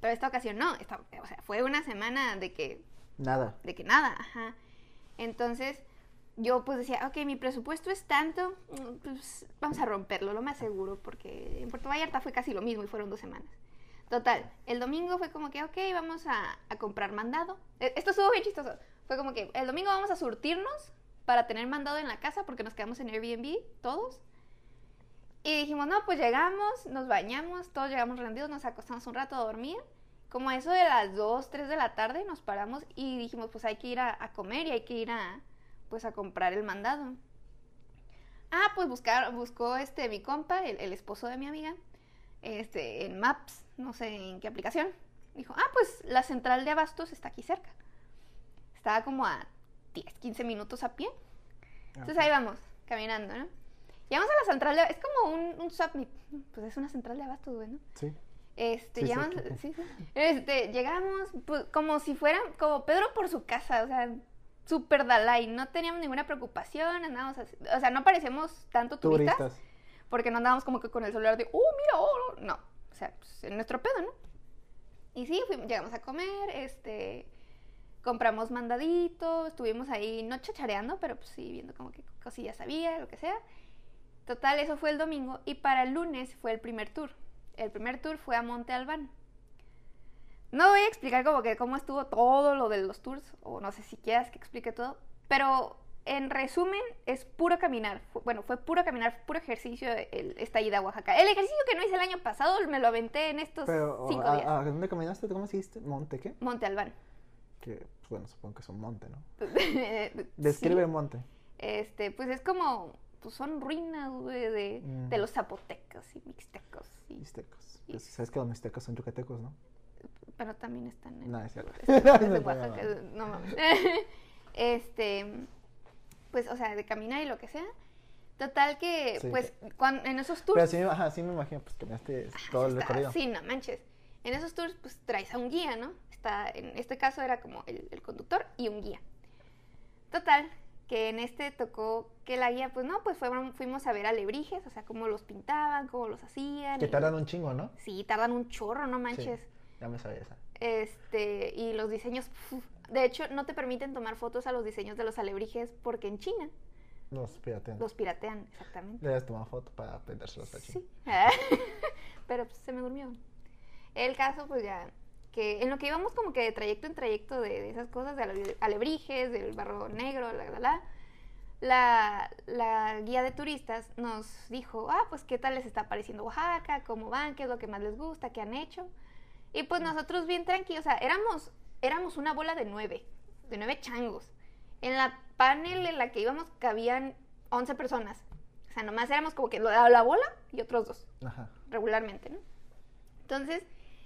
Pero esta ocasión no, esta- o sea, fue una semana de que Nada. de que nada, ajá. Entonces, yo pues decía, ok, mi presupuesto es tanto, mm, pues vamos a romperlo, lo más seguro, porque en Puerto Vallarta fue casi lo mismo y fueron dos semanas. Total, el domingo fue como que, ok, vamos a, a comprar mandado. Eh, Esto estuvo bien chistoso. Fue como que el domingo vamos a surtirnos para tener mandado en la casa porque nos quedamos en Airbnb todos. Y dijimos, no, pues llegamos, nos bañamos, todos llegamos rendidos, nos acostamos un rato a dormir. Como a eso de las 2, 3 de la tarde nos paramos y dijimos, pues hay que ir a, a comer y hay que ir a, pues a comprar el mandado. Ah, pues buscar, buscó este mi compa, el, el esposo de mi amiga, este, en Maps, no sé en qué aplicación. Dijo, ah, pues la central de abastos está aquí cerca. Estaba como a 10, 15 minutos a pie. Ah, Entonces ahí vamos, caminando, ¿no? Llegamos a la central de... Es como un, un submit. Pues es una central de abastos, güey, ¿no? Sí. Este, Sí, sé llegamos, que- sí, sí. Este, llegamos pues, como si fuera, como Pedro por su casa, o sea, super Dalai, no teníamos ninguna preocupación, andábamos así- o sea, no parecíamos tanto turistas, Turistas. porque no andábamos como que con el celular de, oh, mira, oh, oh", no, o sea, pues, en nuestro pedo, ¿no? Y sí, fuimos- llegamos a comer, este, compramos mandadito, estuvimos ahí, no chachareando, pero pues sí, viendo como que cosillas había, lo que sea. Total, eso fue el domingo y para el lunes fue el primer tour. El primer tour fue a Monte Albán. No voy a explicar como que cómo estuvo todo lo de los tours, o no sé si quieras que explique todo, pero en resumen es puro caminar. Fu- Bueno, fue puro caminar, puro ejercicio el- esta ida a Oaxaca. El ejercicio que no hice el año pasado me lo aventé en estos Pero, cinco días. ¿a, a dónde caminaste? ¿Cómo dijiste? ¿Monte qué? Monte Albán. Que, pues, bueno, supongo que es un monte, ¿no? Describe Sí. el monte. Este, pues es como, pues son ruinas, güey, de, Mm. de los zapotecas y mixtecos. y- Mixtecos. Y- Pues, Sabes que los mixtecos son yucatecos, ¿no? pero también están en, No, es cierto. están No, en no, Oaxaca, no. no mames. este, pues, o sea, de caminar y lo que sea. Total que, Sí, pues, cuan- en esos tours... Pero sí, ajá, sí me imagino, pues caminaste todo el está- recorrido. Ah, Sí, no manches. En esos tours, pues traes a un guía, ¿no? Está, en este caso era como el, el conductor y un guía. Total, que en este tocó que la guía, pues no, pues fueron- fuimos a ver alebrijes, o sea, cómo los pintaban, cómo los hacían. Que y- tardan un chingo, ¿no? Sí, tardan un chorro, no Sí, manches. ya me sabía esa. Este, y los diseños. uf. de hecho, no te permiten tomar fotos a los diseños de los alebrijes porque en China Los piratean. los piratean, exactamente. Le has tomado foto para vendérselos a Sí. Pero pues, se me durmió. El caso, pues ya. Que en lo que íbamos como que de trayecto en trayecto de, de esas cosas, de ale- alebrijes, del barro negro, la, la, la, la, la guía de turistas nos dijo, ah, pues qué tal les está pareciendo Oaxaca, cómo van, qué es lo que más les gusta, qué han hecho. Y pues nosotros bien tranquilos, o sea, éramos, éramos una bola de nueve, de nueve changos. En la panel en la que íbamos cabían 11 personas. O sea, nomás éramos como que lo- la bola y otros dos Ajá. regularmente, ¿no? Entonces,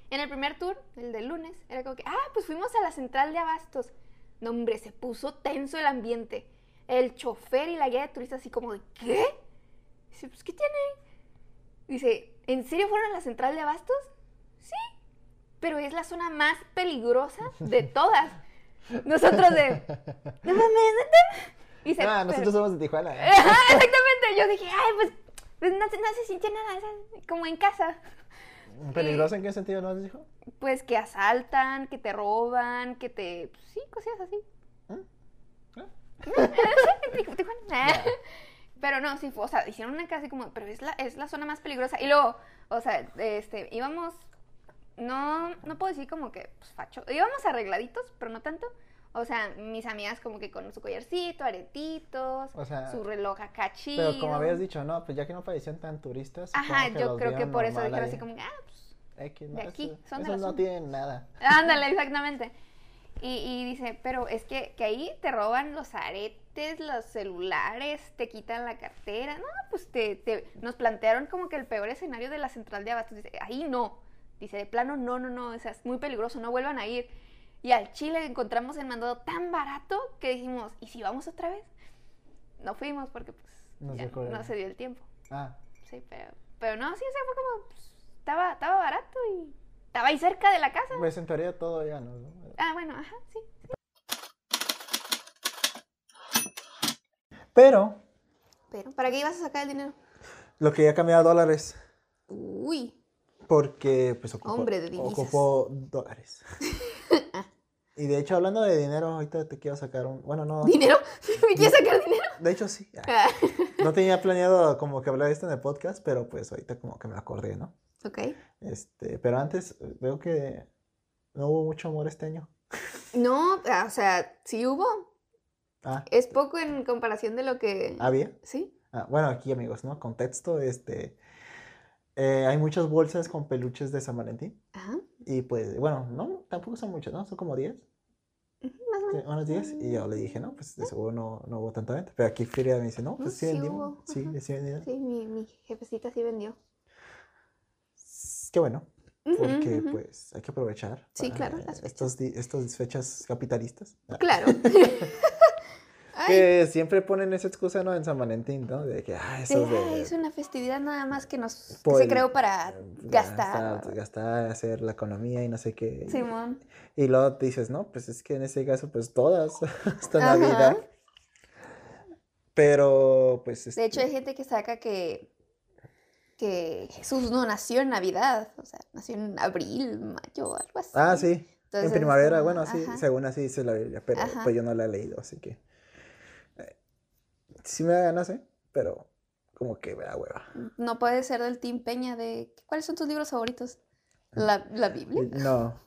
en el primer tour, el del lunes, era como que, ah, pues fuimos a la central de abastos. No, hombre, se puso tenso el ambiente. El chofer y la guía de turistas así como de, ¿qué? Dice, pues, ¿qué tiene? Dice, ¿en serio fueron a la central de abastos? Sí, pero es la zona más peligrosa de todas. Nosotros de, no mames, ¿neta?". Dice, Ah, nosotros "Pero- somos de Tijuana. ¿eh? Ajá, exactamente. Yo dije, ay, pues, pues no, se- no se sintió nada, es como en casa. Mm, ¿Peligroso en qué sentido nos dijo? Pues que asaltan, que te roban, que te. pues, sí, cosillas así. ¿Ah? Tijuana. Pero no, sí, fue- o sea, hicieron una casi como, pero es la, es la zona más peligrosa. Y luego, o sea, este, íbamos, no, no puedo decir como que, pues, facho, íbamos arregladitos, pero no tanto. O sea, mis amigas como que con su collarcito, aretitos, O sea, su reloj acá chido. Pero como habías dicho, no, pues ya que no parecían tan turistas. supongo Ajá, que yo los creo que vieron por eso normal dijeron ahí. así como, que, ah, pues, X, de no, aquí, eso- son de esos la no zona. tienen nada. Ándale, exactamente. Y, y dice, pero es que, que ahí te roban los aretes, los celulares, te quitan la cartera. No, pues te, te- nos plantearon como que el peor escenario de la central de abastos. Dice, ahí no. Dice, de plano, no, no, no, o sea, es muy peligroso, no vuelvan a ir. Y al Chile encontramos el mandado tan barato que dijimos, ¿y si vamos otra vez? No fuimos porque pues Nos ya dejó no el- se dio el tiempo. Ah, Sí, pero, pero no, sí, o sea, fue como, pues, estaba, estaba barato y estaba ahí cerca de la casa. pues en teoría todo ya no. ¿no? Ah, bueno, ajá, sí. Pero Pero, ¿para qué ibas a sacar el dinero? Lo que ya cambiaba a dólares. Uy, Porque, pues, ocupo, Hombre de divisas. ocupo dólares. y de hecho, hablando de dinero, ahorita te quiero sacar un. Bueno, no. ¿dinero? ¿Me quieres sacar dinero? De hecho, sí. Ah, No tenía planeado como que hablar de esto en el podcast, pero pues ahorita como que me acordé, ¿no? ok. Este, pero antes, eh, veo que no hubo mucho amor este año. No, ah, o sea, sí hubo. Ah, Es poco en comparación de lo que... ¿había? ¿Sí? Ah, bueno, aquí, amigos, ¿no? Contexto, este. eh, hay muchas bolsas con peluches de San Valentín. Ajá, Y pues, bueno, no, tampoco son muchas, ¿no? Son como 10. más o Sí, menos. unos 10. Y yo le dije, no, pues de seguro no, no hubo tanta venta. Pero aquí Firia me dice, no, pues Mm, sí sí vendimos. hubo, Sí, ajá. sí vendieron. Sí, mi, mi jefecita sí vendió. Qué bueno, Ujú, porque ujú. pues hay que aprovechar. Sí, para, claro, eh, las fechas. Estos, di- estas fechas capitalistas. Ah. Claro. Ay, Que siempre ponen esa excusa, ¿no? En San Valentín, ¿no? De que, ah, sí, eso es ay, de... es una festividad nada más que nos... que Por se el- creó para eh, gastar. Gastar, gastar, hacer la economía y no sé qué. Simón. Y luego te dices, no, pues es que en ese caso, pues todas, hasta Ajá. Navidad. Pero, pues. De hecho, hay este, gente que saca que, que Jesús no nació en Navidad, o sea, nació en abril, mayo, algo así. Ah, sí. Entonces, en primavera, bueno, ajá. sí, según así dice la Biblia, pero Ajá. pues yo no la he leído, así que. eh, sí me da ganas, ¿eh? Pero como que me da hueva. No puede ser del Team Peña de... ¿Cuáles son tus libros favoritos? La, la Biblia. No.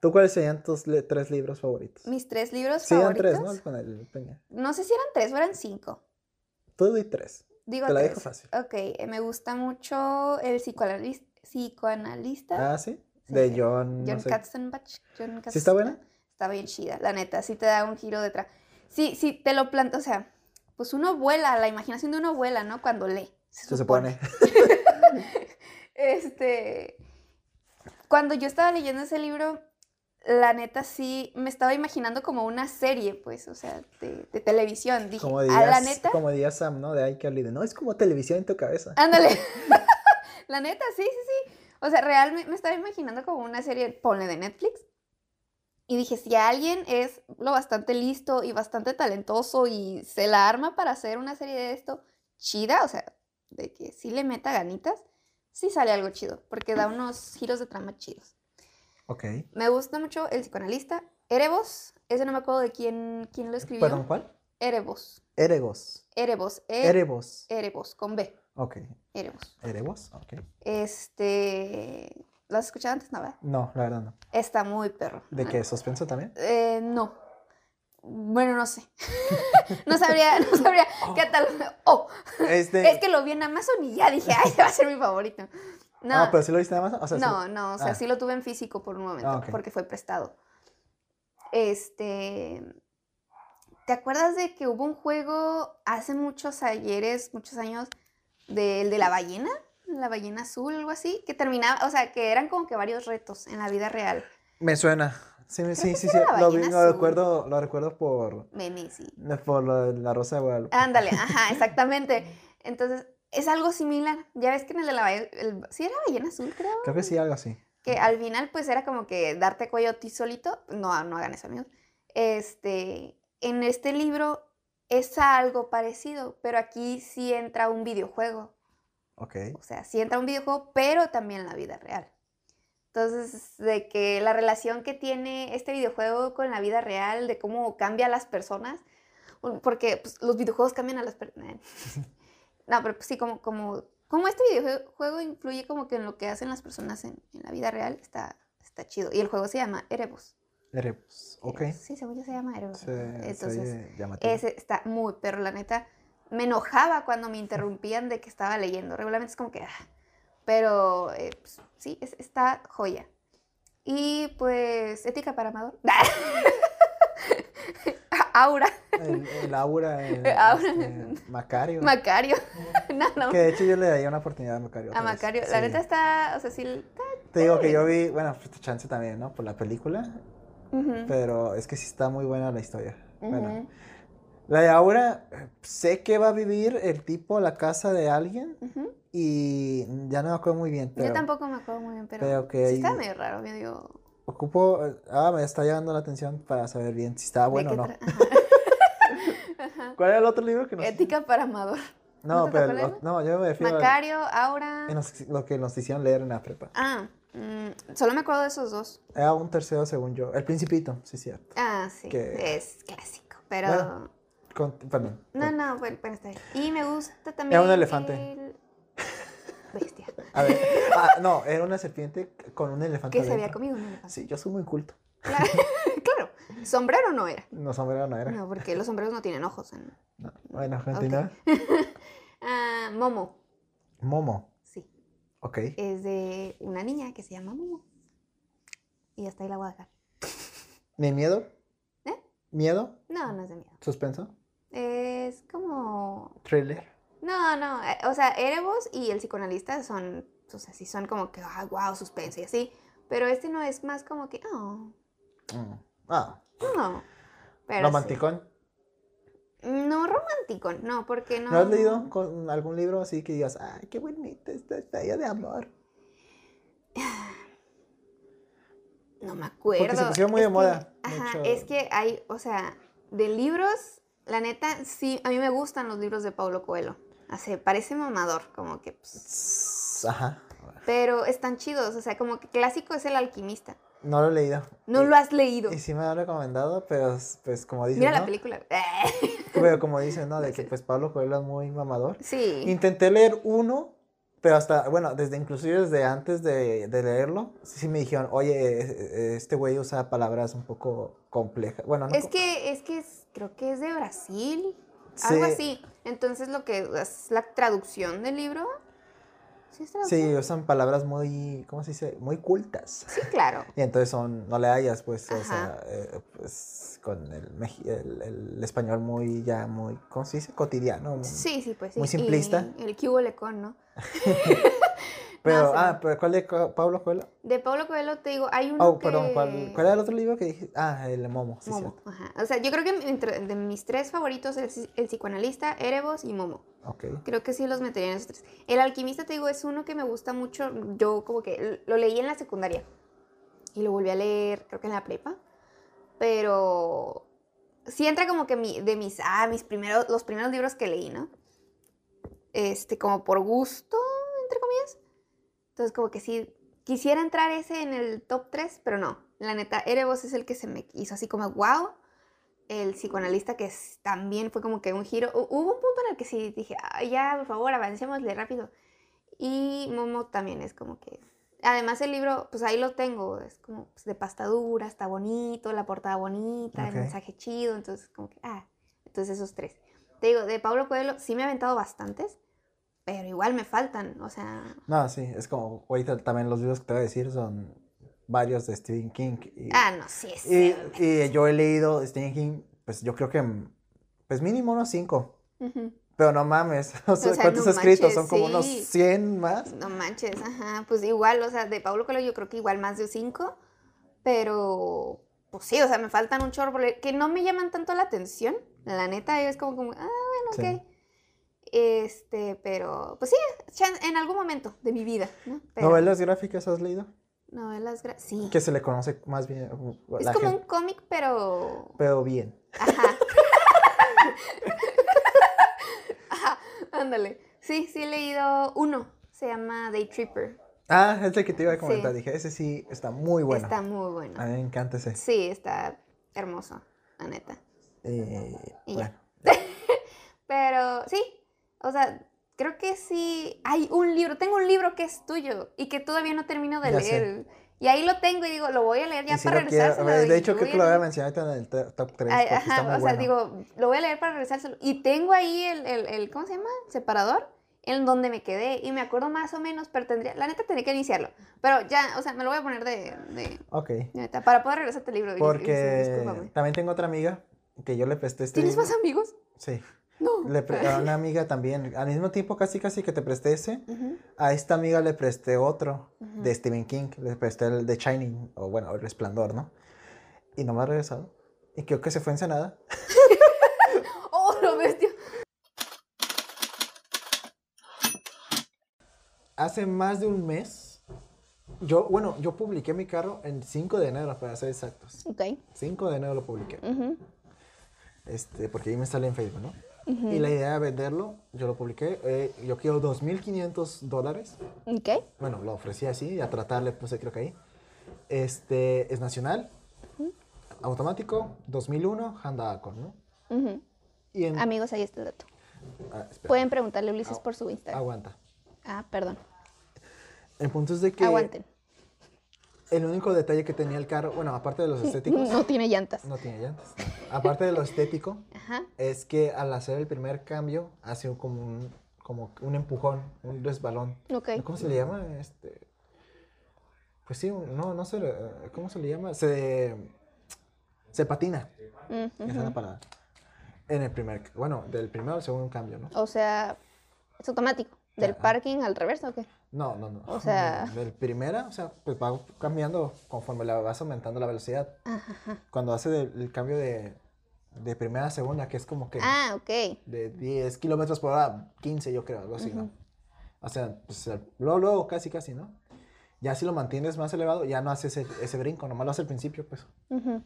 ¿Tú cuáles serían tus le- tres libros favoritos? Mis tres libros sí, eran favoritos. tres, ¿no? Con el Peña. No sé si eran tres o eran cinco. Tú di tres. Digo Te la tres. dejo fácil. Ok, eh, me gusta mucho el psicoanalis- psicoanalista. Ah, sí. Sí. De John. no John sé. Katzenbach. John ¿Sí está buena? Katzenbach. Está bien chida, la neta. Sí te da un giro detrás. Sí, sí, te lo planteo. O sea, pues uno vuela, la imaginación de uno vuela, ¿no? Cuando lee. Se supone. Este, cuando yo estaba leyendo ese libro, la neta sí me estaba imaginando como una serie, pues, o sea, de, de televisión. Dije, Como a la dirías- neta, Como diría Sam, ¿no? De hay que de No, es como televisión en tu cabeza. ándale. la neta, sí, sí, sí. O sea, realmente me estaba imaginando como una serie, ponle de Netflix. Y dije, si alguien es lo bastante listo y bastante talentoso y se la arma para hacer una serie de esto chida, o sea, de que sí le meta ganitas, sí sale algo chido, porque da unos giros de trama chidos. Ok. Me gusta mucho el psicoanalista. Erebos, ese no me acuerdo de quién, quién lo escribió. Perdón, ¿cuál? Erebos, Eregos. Erebos, E- Erebos. Erebos, con B, Ok. Erebos. Erebos. Ok. Este, ¿lo has escuchado antes? No, ¿verdad? No, la verdad no. Está muy perro. ¿De la qué? ¿Suspenso también? Eh, no. Bueno, no sé. no sabría, no sabría catalogar. Oh, Este... es que lo vi en Amazon y ya dije, ay, ese va a ser mi favorito. No, Ah, pero si lo viste nada más. O sea, sí- no, no, o sea, ah. sí lo tuve en físico por un momento, Ah, ok. porque fue prestado. Este, ¿te acuerdas de que hubo un juego hace muchos ayeres, muchos años, del de la ballena? La ballena azul, algo así, que terminaba, o sea, que eran como que varios retos en la vida real. Me suena. Sí, me- sí, que sí sí, sí. era la Lo, vi- ballena lo azul. recuerdo, lo recuerdo por, Meme, sí. por lo de la Rosa de Guadalupe. Ándale, ajá, exactamente. Entonces, es algo similar. Ya ves que en el de la ballena, sí era ballena azul, creo. Creo que sí, algo así. Que al final, pues era como que darte cuello a ti solito. No, no hagan eso, amigos. Este, en este libro es algo parecido, pero aquí sí entra un videojuego. Ok. O sea, sí entra un videojuego, pero también la vida real. Entonces, de que la relación que tiene este videojuego con la vida real, de cómo cambia a las personas, un- porque pues, los videojuegos cambian a las personas. No, pero pues, sí, como, como, como este videojuego influye como que en lo que hacen las personas en, en la vida real, está, está chido. Y el juego se llama Erebus. Erebos. Ok. Erebus. Sí, según yo se llama Erebus. Se, se Entonces, oye llamativo. ese está muy, pero la neta, me enojaba cuando me interrumpían de que estaba leyendo. Regularmente es como que, ah, pero eh, pues, sí, es- está joya. Y pues, ética para amador. Aura, El, el Aura, el, El Aura. este, Macario. Macario. no, no. que de hecho yo le daría una oportunidad a Macario. A otra vez. Macario. La Sí. neta está, o sea, sí. está- Te digo que yo vi, bueno, pues, chance también, ¿no? Por la película. ujú, Pero es que sí está muy buena la historia. Bueno, ujú, la de Aura, eh, sé que va a vivir el tipo a la casa de alguien ujú. y ya no me acuerdo muy bien. Pero Yo tampoco me acuerdo muy bien, pero. pero que sí está ahí- medio raro, medio. Ocupo. eh, Ah, me está llamando la atención para saber bien si está ¿de Ah, bueno o qué no. tra- ajá. ¿Cuál era el otro libro que nos.? Ética para amador. Eh, ¿no No, te pero. tocó lo- leerlo? no, yo me refiero a- Macario, Aura. en los- lo que nos hicieron leer en la prepa. Ah, mm, solo me acuerdo de esos dos. Era un tercero, según yo. El Principito, sí, cierto. Ah, sí, Que- es clásico, pero... Bueno, Con- perdón. no, no, bueno, bueno, está bien. Y me gusta también... elefante. el- Bestia. A ver. ah, no, era una serpiente con un elefante. Que se había adentro. comido un elefante. Sí, yo soy muy culto. Claro, claro. sombrero no era. No, sombrero no era. No, porque los sombreros no tienen ojos. ¿no? No. Bueno, continúa. Ah, Momo, Momo. sí. Ok. Es de una niña que se llama Momo. Y hasta ahí la voy a dejar. ¿Ni miedo? ¿Eh? ¿Miedo? No, no es de miedo. ¿Suspenso? Es como ¿Thriller? No, no, eh, o sea, Erebus y el psicoanalista son, o sea, sí son como que, ah, wow, suspenso y así, pero este no es más como que, oh, Mm. Ah, no, pero sí. romanticón. No, romántico, no, porque no. ¿No has leído con algún libro así que digas, ay, qué bonita esta historia de amor? No me se acuerdo. pusieron muy de que- moda, ajá, mucho. es que hay, o sea, de libros, la neta, sí, a mí me gustan los libros de Paulo Coelho. Hace, parece mamador, como que, pues, Tss, Ajá. pero están chidos, o sea, como que clásico es El alquimista. No lo he leído. Eh, No lo has leído. Y sí me lo han recomendado, pero pues como dicen, Mira ¿no? la película. Pero como dicen, ¿no? De que Sí. pues Pablo Coelho es muy mamador. Sí. Intenté leer uno, pero hasta, bueno, desde inclusive desde antes de, de leerlo, sí sí me dijeron, oye, eh, eh, este güey usa palabras un poco complejas. Bueno, no Es co- que, es que es- creo que es de Brasil. Sí. Algo así. Entonces lo que es la traducción del libro. Sí, es traducción. Sí, usan palabras muy, ¿cómo se dice? Muy cultas. Sí, claro. Y entonces son, no le hayas, pues, o Ajá. sea, eh, pues, con el, meji- el, el español muy, ya, muy, ¿cómo se dice? Cotidiano. muy- Sí, sí, pues sí. Muy simplista. Y el cubo lecón, ¿no? Pero, no, sí. ah, pero ¿cuál de Co- Pablo Coelho? De Pablo Coelho te digo, hay uno Oh, perdón, ¿cuál, que- cuál era el otro libro que dije? Ah, el Momo, sí, Momo. cierto. Ajá. O sea, yo creo que entre- de mis tres favoritos es el psicoanalista, Erebos y Momo. Ok. Creo que sí los metería en esos tres. El alquimista, te digo, es uno que me gusta mucho. Yo como que l- lo leí en la secundaria y lo volví a leer, creo que en la prepa. Pero sí entra como que mi- de mis, ah, mis primeros, los primeros libros que leí, ¿no? Este, como por gusto, entre comillas. Entonces como que sí, quisiera entrar ese en el top 3, pero no. La neta, Erebos es el que se me hizo así como, wow. El psicoanalista que es- también fue como que un giro. Hu- Hubo un punto en el que sí dije, "Ah, ya, por favor, avancémosle rápido. Y Momo también es como que... Además el libro, pues ahí lo tengo, es como pues, de pasta dura, está bonito, la portada bonita, Ok. el mensaje chido, entonces como que, ah, entonces esos tres. Te digo, de Pablo Coelho sí me he aventado bastantes, pero igual me faltan, o sea, No, sí, es como, ahorita también los libros que te voy a decir son varios de Stephen King. Y, Ah, no, sí, es. y, y yo he leído Stephen King, pues yo creo que, mm, pues mínimo unos cinco. Ujú. Pero no mames, o sea, sea, ¿cuántos no escritos? manches, Son como unos sí. 100 más. No manches, ajá. Pues igual, o sea, de Pablo Coelho yo creo que igual más de cinco, pero pues sí, o sea, me faltan un chorro porque- que no me llaman tanto la atención. La neta es como, como ah, Sí. bueno, ok. Este, pero pues sí, chan- en algún momento de mi vida, ¿no? Pero ¿Novelas gráficas has leído? novelas gra- sí. Que se le conoce más bien uh, Es la como gente, un cómic, pero pero bien. Ajá. Ajá, ándale. Sí, sí he leído uno. Se llama Day Tripper. Ah, es el que te iba a comentar, Sí. dije, ese sí está muy bueno. Ah, Está muy A bueno. mí me encanta ese. Sí, está hermoso, la neta. Eh, Y bueno, ya. Pero sí, o sea, creo que sí. Hay un libro, tengo un libro que es tuyo y que todavía no termino de Ya sé. leer. Y ahí lo tengo y digo, lo voy a leer ya y sí para lo quiero- regresárselo. eh, de y hecho, creo que a lo voy leer. a mencionar ahorita en el te- top 3. Ay, porque está ajá, muy o sea, bueno. digo, lo voy a leer para regresárselo. Y tengo ahí el, el, el- ¿cómo se llama? Separador, en donde me quedé. Y me acuerdo más o menos, pero tendría, la neta tendría que iniciarlo. Pero ya, o sea, me lo voy a poner de, de- Ok. de neta, para poder regresar este libro. y- y- y- Porque discúlpame. también tengo otra amiga que yo le presté este ¿Tienes más libro. amigos? Sí. No. Le pre- ah. a una amiga también. Al mismo tiempo, casi casi que te presté ese. Ujú, A esta amiga le presté otro ujú. de Stephen King. Le presté el de Shining, o bueno, el Resplandor, ¿no? Y no me ha regresado. Y creo que se fue a Ensenada. ¡Oh, lo bestia! Hace más de un mes, yo, bueno, yo publiqué mi carro el 5 de enero, para ser exactos. Ok. 5 de enero lo publiqué. ujú, Este, porque ahí me sale en Facebook, ¿no? ujú. Y la idea de venderlo, yo lo publiqué. eh, yo quiero 2.500 dólares. Ok. Bueno, lo ofrecí así, a tratarle puse creo que ahí. Este, es nacional, automático, 2001, Honda Accord, ¿no? ujú. Y en... Amigos, ahí está el dato. Ah, espera, Pueden preguntarle a Ulises por su Instagram. Aguanta. Ah, perdón. El punto es de que Aguanten. el único detalle que tenía el carro, bueno, aparte de los estéticos, No tiene llantas. no tiene llantas. no. Aparte de lo estético, Ajá. es que al hacer el primer cambio, hace como un, como un empujón, un resbalón. Ok. ¿Cómo se le llama? Este. Pues sí, un- no, no sé. eh, ¿Cómo se le llama? Se. Se patina. Mm, Esa es ujú. la palabra. En el primer. Bueno, del primero al segundo cambio, ¿no? O sea, es automático. ¿Del Ajá. parking al reverso o qué? No, no, no. O sea- Del primera, o sea, pues va cambiando conforme la vas aumentando la velocidad. Cuando hace del- el cambio de. De primera a segunda, que es como que. Ah, ok. de 10 kilómetros por hora, 15 yo creo, algo así, ¿no? O sea, pues, el- luego, luego, casi, casi, ¿no? Ya si lo mantienes más elevado, ya no haces ese, ese brinco, nomás lo hace al principio, pues. Ujú.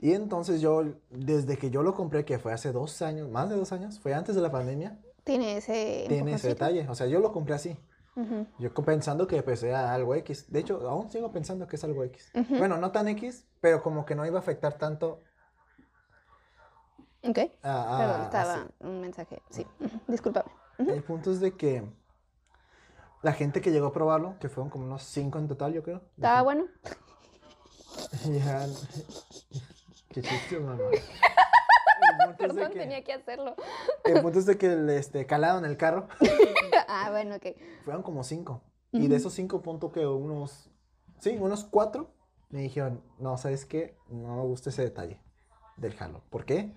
Y entonces yo, desde que yo lo compré, que fue hace dos años, más de dos años, fue antes de la pandemia, Tiene ese. tiene empujoncito. ese detalle. O sea, yo lo compré así. Ujú. Yo co- pensando que pues era algo X. De hecho, aún sigo pensando que es algo X. Bueno, no tan X, pero como que no iba a afectar tanto Ok. a... a- Perdón, a- estaba un mensaje. Sí, ujú, discúlpame. El punto es de que la gente que llegó a probarlo, que fueron como unos cinco en total, yo creo. la ¿Estaba bueno? gente- Ya- Qué chiste, mamá. El punto, es de Perdón, que, tenía que hacerlo. el punto es de que le, este, calaron el carro. ah, bueno, ok. Fueron como cinco. Y de esos cinco puntos que unos... Sí, unos cuatro me dijeron, no, ¿sabes qué? No me gusta ese detalle del jalo. ¿Por qué?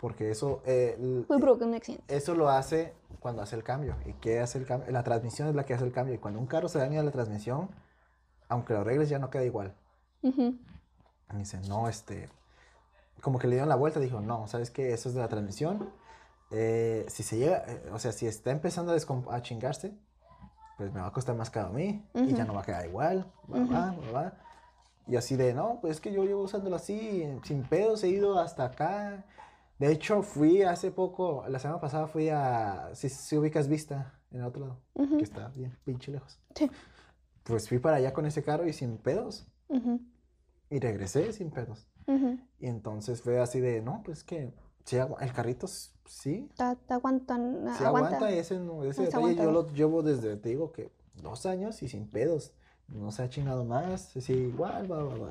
Porque eso... eh, l- Fui provocó un accidente. Eso lo hace cuando hace el cambio. ¿Y qué hace el cambio? La transmisión es la que hace el cambio. Y cuando un carro se daña la transmisión, aunque lo arregles, ya no queda igual. Ujú. Y dice, no, este. Como que le dieron la vuelta, dijo, no, ¿sabes qué? Eso es de la transmisión. Eh, si se llega, eh, o sea, si está empezando a, descom- a chingarse, pues me va a costar más caro a mí y ya no va a quedar igual. va, va, va, va. Y así de, no, pues es que yo llevo usándolo así, sin pedos, he ido hasta acá. De hecho, fui hace poco, la semana pasada fui a, si, si ubicas Vista, en el otro lado, que está bien pinche lejos. Mm. Sí. Pues fui para allá con ese carro y sin pedos. Ujú, Y regresé sin pedos. ujú. Y entonces fue así de, no, pues que sí agu- el carrito s- sí, Ta- ta- aguantan- sí Ah, aguanta. aguanta ese, no- ese No se detalle. aguanta, Yo ¿no? lo llevo desde, te digo que dos años y sin pedos. No se ha chingado más, sí, igual, va, va, va.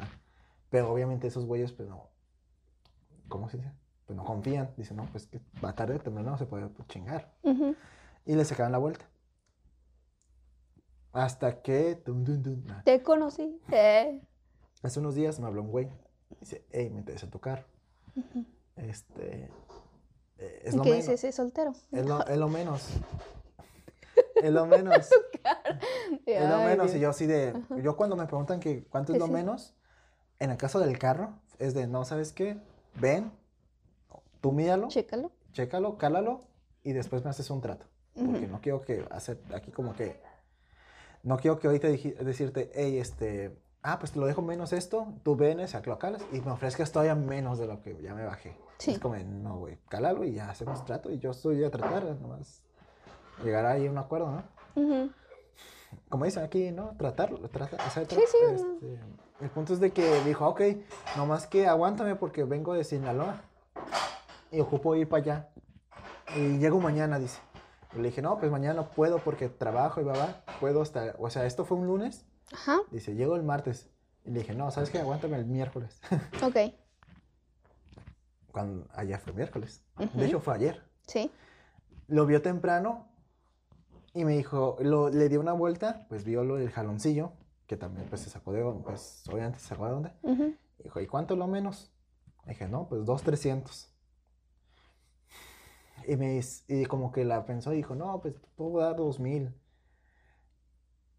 Pero obviamente esos güeyes, pues no, ¿cómo se dice? Pues no confían. Dicen, no, pues que va tarde o temprano se puede pues, chingar. Ujú. Y le sacaron la vuelta. Hasta que, dun, dun, dun, ah, Te conocí. Eh. Hace unos días me habló un güey. Dice, hey, me interesa tu carro. Este. eh, Es ¿Y lo qué menos. dices? ¿Es soltero? Es lo, es lo menos. Es lo menos. Es lo Ay, menos. Y Dios. yo así de. Yo cuando me preguntan que cuánto es Sí, lo sí. menos, en el caso del carro, es de no, ¿sabes qué? Ven, tú míralo, Chécalo. chécalo, cálalo y después me haces un trato. Porque Ujú. no quiero que hacer aquí como que. No quiero que ahorita dij- decirte, hey, este. Ah, pues te lo dejo menos esto, tú venes, lo calas y me ofrezcas todavía menos de lo que ya me bajé. Sí. Es como, de, no, güey, cálalo y ya hacemos trato y yo estoy a tratar, nomás. Llegar ahí a un acuerdo, ¿no? Ujú. Como dicen aquí, ¿no? Tratarlo, tratar, hacer Sí, trato, sí, no. este, El punto es de que dijo, "Ah, ok, nomás que aguántame porque vengo de Sinaloa y ocupo ir para allá. Y llego mañana, dice. Y le dije, no, pues mañana no puedo porque trabajo y va, va, puedo hasta, o sea, esto fue un lunes, Ajá. dice, llego el martes. Y le dije, no, ¿sabes qué? Aguántame el miércoles. Ok. Cuando, ayer fue miércoles. Ujú. De hecho, fue ayer. Sí. Lo vio temprano y me dijo, lo, le dio una vuelta, pues vio lo del jaloncillo, que también pues se sacó de onda, pues obviamente se sacó de onda. Ujú. Dijo, ¿y cuánto es lo menos? Dije, no, pues dos trescientos. Y me dice- y como que la pensó y dijo, no, pues te puedo dar dos mil.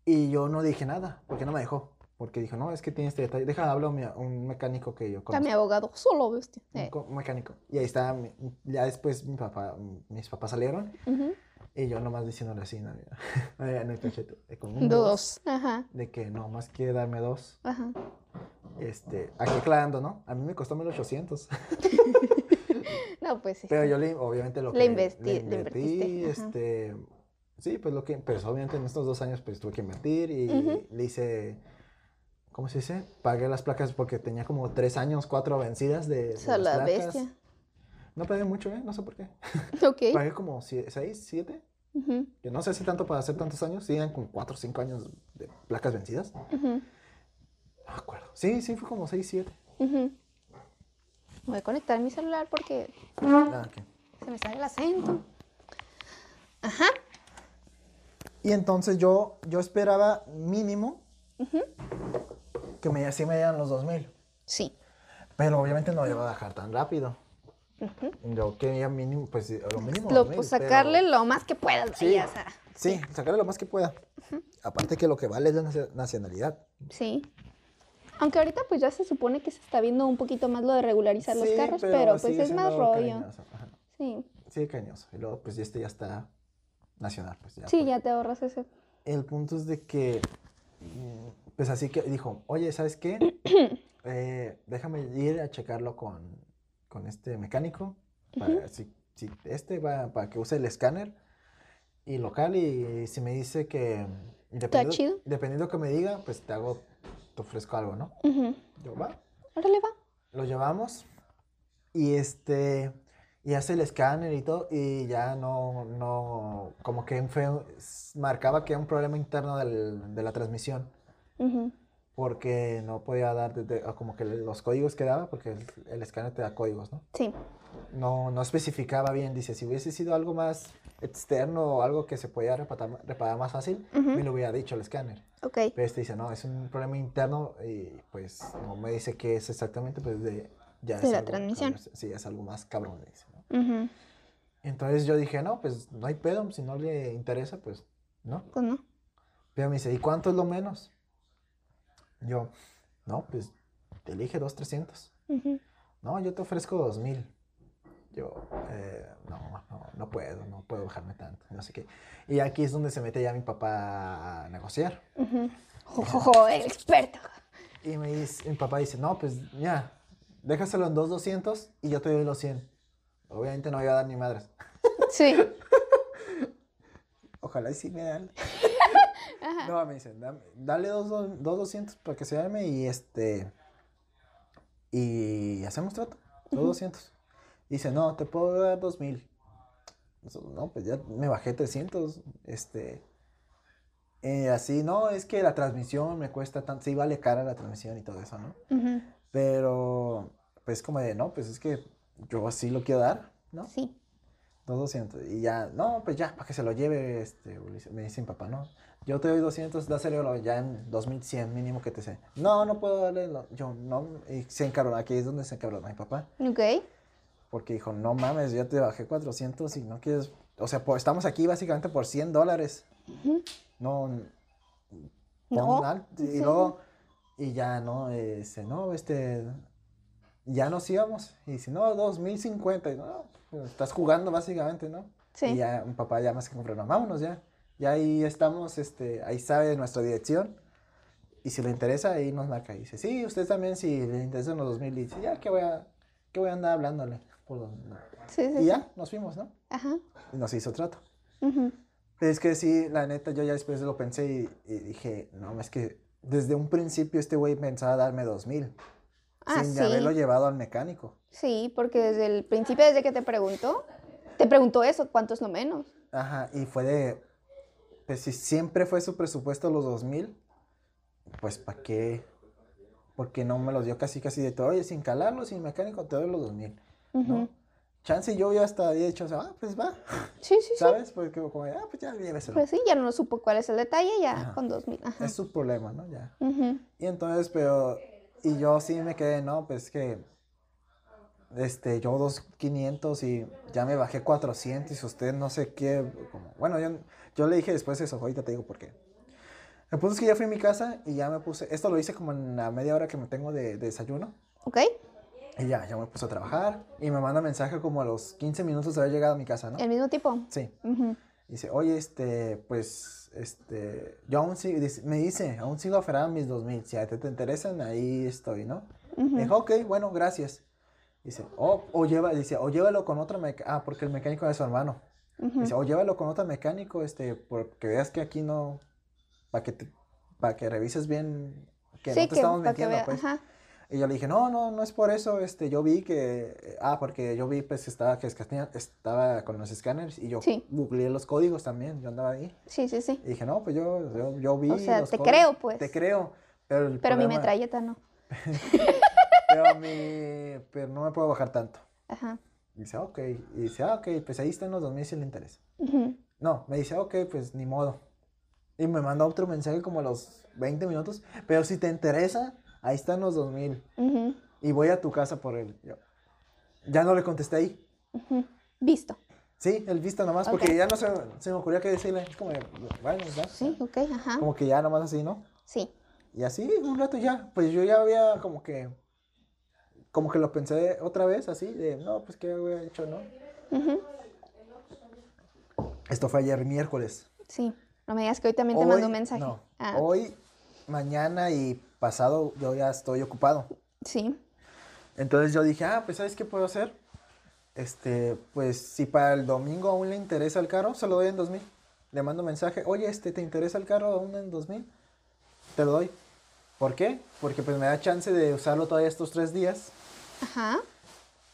Y yo no dije nada, porque no me dejó. Porque dijo, no, es que tiene este detalle. Deja, hablo a mi- a un mecánico que yo Está conozco. mi abogado solo, bestia. Un Eh. co- mecánico. Y ahí estaba, mi- ya después mi papá, mis papás salieron. Ujú. Y yo nomás diciéndole así, no, mira, mira, en el cachete, eh, con un dos, Dos. Ajá. de que nomás quiere darme dos, Ajá. este, aquí aclarando, ¿no? A mí me costó 1800, No, pues sí. pero yo le, obviamente lo Le que investi- le invertí, invertiste, ajá. este, sí, pues lo que, pero obviamente en estos dos años pues tuve que invertir y Ujú. le hice, ¿cómo se dice? Pagué las placas porque tenía como tres años, cuatro vencidas de, de las A la placas. bestia. No pagué mucho, ¿eh? No sé por qué. Ok. Pagué como sie- seis, siete. Ujú. que no sé si tanto para hacer tantos años, sí, eran como 4 o 5 años de placas vencidas. No Ujú. me Ah, acuerdo. Sí, sí, fue como 6, 7. Ujú. Voy a conectar mi celular porque Ah, ok. se me sale el acento. Y entonces yo, yo esperaba mínimo que me, así me dieran los 2000. Sí. Pero obviamente no iba a dejar tan rápido. Yo quería mínimo, pues lo mínimo. Lo, 2000, pues pero- sacarle lo más que puedas. Sí. vaya, o sea, Sí, sacarle lo más que pueda. Aparte que lo que vale es la nacio- nacionalidad. sí. Aunque ahorita pues ya se supone que se está viendo un poquito más lo de regularizar los Sí, carros, pero, pues sigue es más siendo rollo. cariñoso, ajá. Sí. Sí, cañoso. Y luego, pues este ya está nacional. Pues, ya Sí, fue. ya te ahorras ese. El punto es de que, mm, pues así que dijo, oye, ¿sabes qué? Eh, déjame ir a checarlo con, con este mecánico, para, si, si este va, para que use el escáner y local. Y si me dice que. mm, chido? Dependiendo, dependiendo que me diga, pues te hago. Te ofrezco algo, ¿no? Ujú. Yo, va. Órale, va. Lo llevamos. Y este. Y hace el escáner y todo. Y ya no. no como que fue, marcaba que era un problema interno del- de la transmisión. Ujú. Porque no podía dar desde- como que los códigos que daba, porque el, el escáner te da códigos, ¿no? Sí. no, no especificaba bien. Dice, si hubiese sido algo más externo o algo que se podía repatar- reparar, más fácil, Ujú. me lo hubiera dicho el escáner. Ok. Pero este dice, no, es un problema interno y pues no me dice qué es exactamente, pues de, ya De es la algo- transmisión. algo- sí, es algo más cabrón, le dice, ¿no? Ujú. Entonces yo dije, no, pues no hay pedo, si no le interesa, pues no. Pues no. Pero me dice, ¿y cuánto es lo menos? Yo, no, pues te elige dos, trescientos. Ujú. No, yo te ofrezco dos mil. Yo, eh, no, no, no puedo, no puedo bajarme tanto, no sé qué. Y aquí es donde se mete ya mi papá a negociar. Ujú. Jo, jo, jo, el experto. Y me dice, mi papá dice, no, pues ya, déjaselo en dos doscientos y yo te doy los cien. Obviamente no iba a dar ni madres. Sí. Ojalá y sí me dan. No, me dicen, dame- dale dos, dos, dos doscientos para que se arme y este... Y hacemos trato, dos doscientos. Dice, no, te puedo dar dos mil. Nosotros, No, pues ya me bajé 300, este... eh, así, no, es que la transmisión me cuesta tanto, sí vale cara la transmisión y todo eso, ¿no? Ujú. Pero, pues como de, no, pues es que yo así lo quiero dar, ¿no? Sí. Dos 200. Y ya, no, pues ya, para que se lo lleve, este, Ulises. me dicen papá, no. Yo te doy 200, dáselo ya en 2100 mínimo que te sé. No, no puedo darle, lo- yo no. Y se encabrona, aquí es donde se encabrona mi papá. Ok. Porque dijo, no mames, yo te bajé 400 y no quieres. O sea, po- estamos aquí básicamente por 100 dólares. Ujú. No. No, pon al- sí. Y luego, y ya, no, este, no, este. Ya nos íbamos. Y dice, no, 2050. Y no, estás jugando básicamente, ¿no? Sí. Y ya mi papá ya más que compró, no, vámonos ya. Ya ahí estamos, este, ahí sabe nuestra dirección. Y si le interesa, ahí nos marca. Y dice, sí, usted también, si le interesan los 2000. Y dice, ya, que voy a, que voy a andar hablándole. por los- Sí, sí. Y ya, nos fuimos, ¿no? Ajá. Y nos hizo trato. Ujú. Es que sí, la neta, yo ya después lo pensé y, y dije, no, es que desde un principio este güey pensaba darme 2000. Ah, sin sí. haberlo llevado al mecánico. Sí, porque desde el principio, desde que te preguntó, te preguntó eso, ¿cuánto es lo menos? Ajá, y fue de. Pues si siempre fue su presupuesto los 2000, pues ¿para qué? Porque no me los dio casi, casi de todo. Oye, sin calarlo, sin mecánico, te doy los 2000. Ujú. ¿no? Chance yo ya hasta había dicho, o sea, ah, pues va, Sí, sí, sí. ¿sabes? Porque como, ah, pues ya lléveselo. Pues sí, ya no supo cuál es el detalle, ya con 2000. Ajá. Es su problema, ¿no? Ya. Ujú. Y entonces, pero. Y yo sí me quedé, no, pues que. Este, yo dos 500 y ya me bajé 400 y si usted no sé qué. como- bueno, yo, yo le dije después eso, ahorita te digo por qué. El punto es que ya fui a mi casa y ya me puse. Esto lo hice como en la media hora que me tengo de, de desayuno. ¿Ok? Y ya, ya me puse a trabajar. Y me manda mensaje como a los 15 minutos de haber llegado a mi casa, ¿no? El mismo tipo. Sí. Ujú. Dice, oye, este, pues, este, yo aún sigo, dice- me dice, aún sigo aferrado a mis 2000, si a ti te interesan, ahí estoy, ¿no? Me dijo, ok, bueno, gracias. Dice, oh, o lleva, dice, o llévalo con otro mecánico, ah, porque el mecánico es su hermano. Dice, "Oh, o llévalo con otro mecánico, este, porque veas que aquí no, para que, te- pa' que revises bien, que no te estamos para que mintiendo, vea- pues. Ajá. Y yo le dije, no, no, no es por eso, este, yo vi que, eh, ah, porque yo vi, pues, que estaba, que escanea- estaba con los escáneres y yo Sí. googleé los códigos también, yo andaba ahí. Sí, sí, sí. Y dije, no, pues yo, yo, yo vi O sea, los te códigos, creo, pues. Te creo, pero el Pero mi problema- metralleta no. Pero, mi- pero no me puedo bajar tanto. Ajá. Y dice, ok, y dice, ah, ok, pues ahí están los 2000 si le interesa. Ujú. No, me dice, ok, pues ni modo. Y me manda otro mensaje como a los 20 minutos, pero si te interesa, ahí están los 2000. Ujú. y voy a tu casa por él. Yo, ya no le contesté ahí. Ujú. Visto. Sí, el visto nomás, porque Ok. ya no se, se me ocurrió qué decirle. Es como, de, bueno, ya. Sí, ok, ajá. Como que ya nomás así, ¿no? Sí. Y así, un rato ya. Pues yo ya había como que. Como que lo pensé otra vez, así, de no, pues qué había hecho, ¿no? Ujú. Esto fue ayer miércoles. Sí. No me digas que hoy también te mandó un mensaje. no, Ah, Hoy, mañana y pasado yo ya estoy ocupado. Sí. Entonces yo dije, ah, pues ¿sabes qué puedo hacer? Este, pues si para el domingo aún le interesa el carro, se lo doy en 2000. Le mando mensaje, oye, este, ¿te interesa el carro aún en 2000? Te lo doy. ¿Por qué? Porque pues me da chance de usarlo todavía estos tres días. Ajá.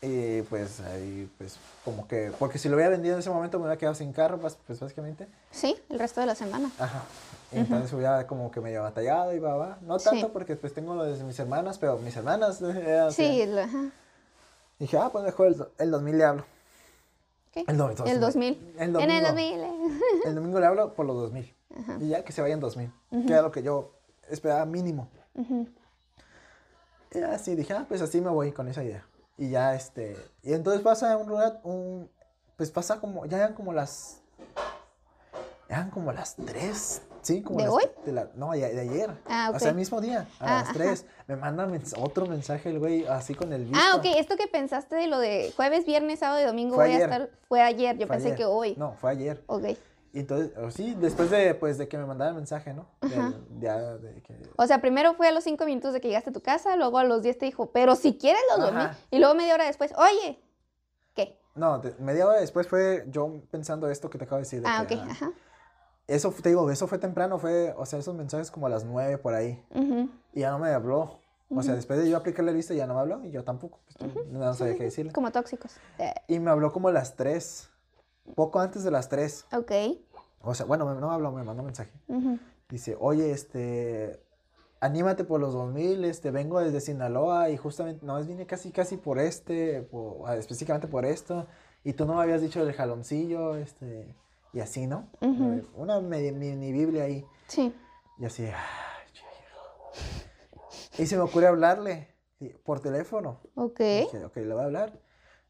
Y pues ahí, pues como que, porque si lo hubiera vendido en ese momento me hubiera quedado sin carro, pues, pues, básicamente. Sí, el resto de la semana. Ajá. Entonces hubiera como que medio batallado y va, va. No Sí. tanto porque pues tengo lo de mis hermanas, pero mis hermanas. era así. Sí, el, ajá. Dije, ah, pues mejor el, do- el 2000 le hablo. Ok. El do- dos- El 2000. el en el domingo. 2000. eh. El domingo le hablo por los 2000. Y ya que se vayan 2000, que era lo que yo esperaba mínimo. Y así dije, ah, pues así me voy con esa idea. Y ya este. Y entonces pasa un lugar, un. Pues pasa como. Ya eran como las. Eran como las 3. Sí, como ¿De las- hoy? de la- no, ya- de ayer. Ah, O sea, ok. el mismo día, Ah, a ajá. las 3. Me manda mens- otro mensaje el güey, así con el visto. Ah, ok, esto que pensaste de lo de jueves, viernes, sábado y domingo Fue voy ayer. a estar. Fue ayer, yo Fue pensé ayer. que hoy. No, fue ayer. Ok. Y entonces, o sí, después de, pues, de que me mandara el mensaje, ¿no? Del- Ajá. ya de que- O sea, primero fue a los 5 minutos de que llegaste a tu casa, luego a los 10 te dijo, pero si quieres los 2000. Ajá. Y luego media hora después, oye, ¿qué? No, de- media hora después fue yo pensando esto que te acabo de decir. de Ah, ok, que, ajá. Eso, fu- te digo, eso fue temprano, fue, o sea, esos mensajes como a las nueve por ahí. Ujú. Y ya no me habló. O sea, después de yo aplicarle el visto, ya no me habló y yo tampoco. pues, No sabía qué decirle. Como tóxicos. Eh, Y me habló como a las tres. Poco antes de las tres. ok. O sea, bueno, me- no me habló, me mandó mensaje. ujú. Dice, oye, este, anímate por los 2000, este, vengo desde Sinaloa y justamente, no, vine casi, casi por este, por- ah, específicamente por esto, y tú no me habías dicho del jaloncillo, este, y así, ¿no? Eh, Ujú. Una medi- mini Biblia ahí, Sí. y así, "Ay, chinga". y se me ocurre hablarle y- por teléfono. Ok. Dije, ok, le voy a hablar.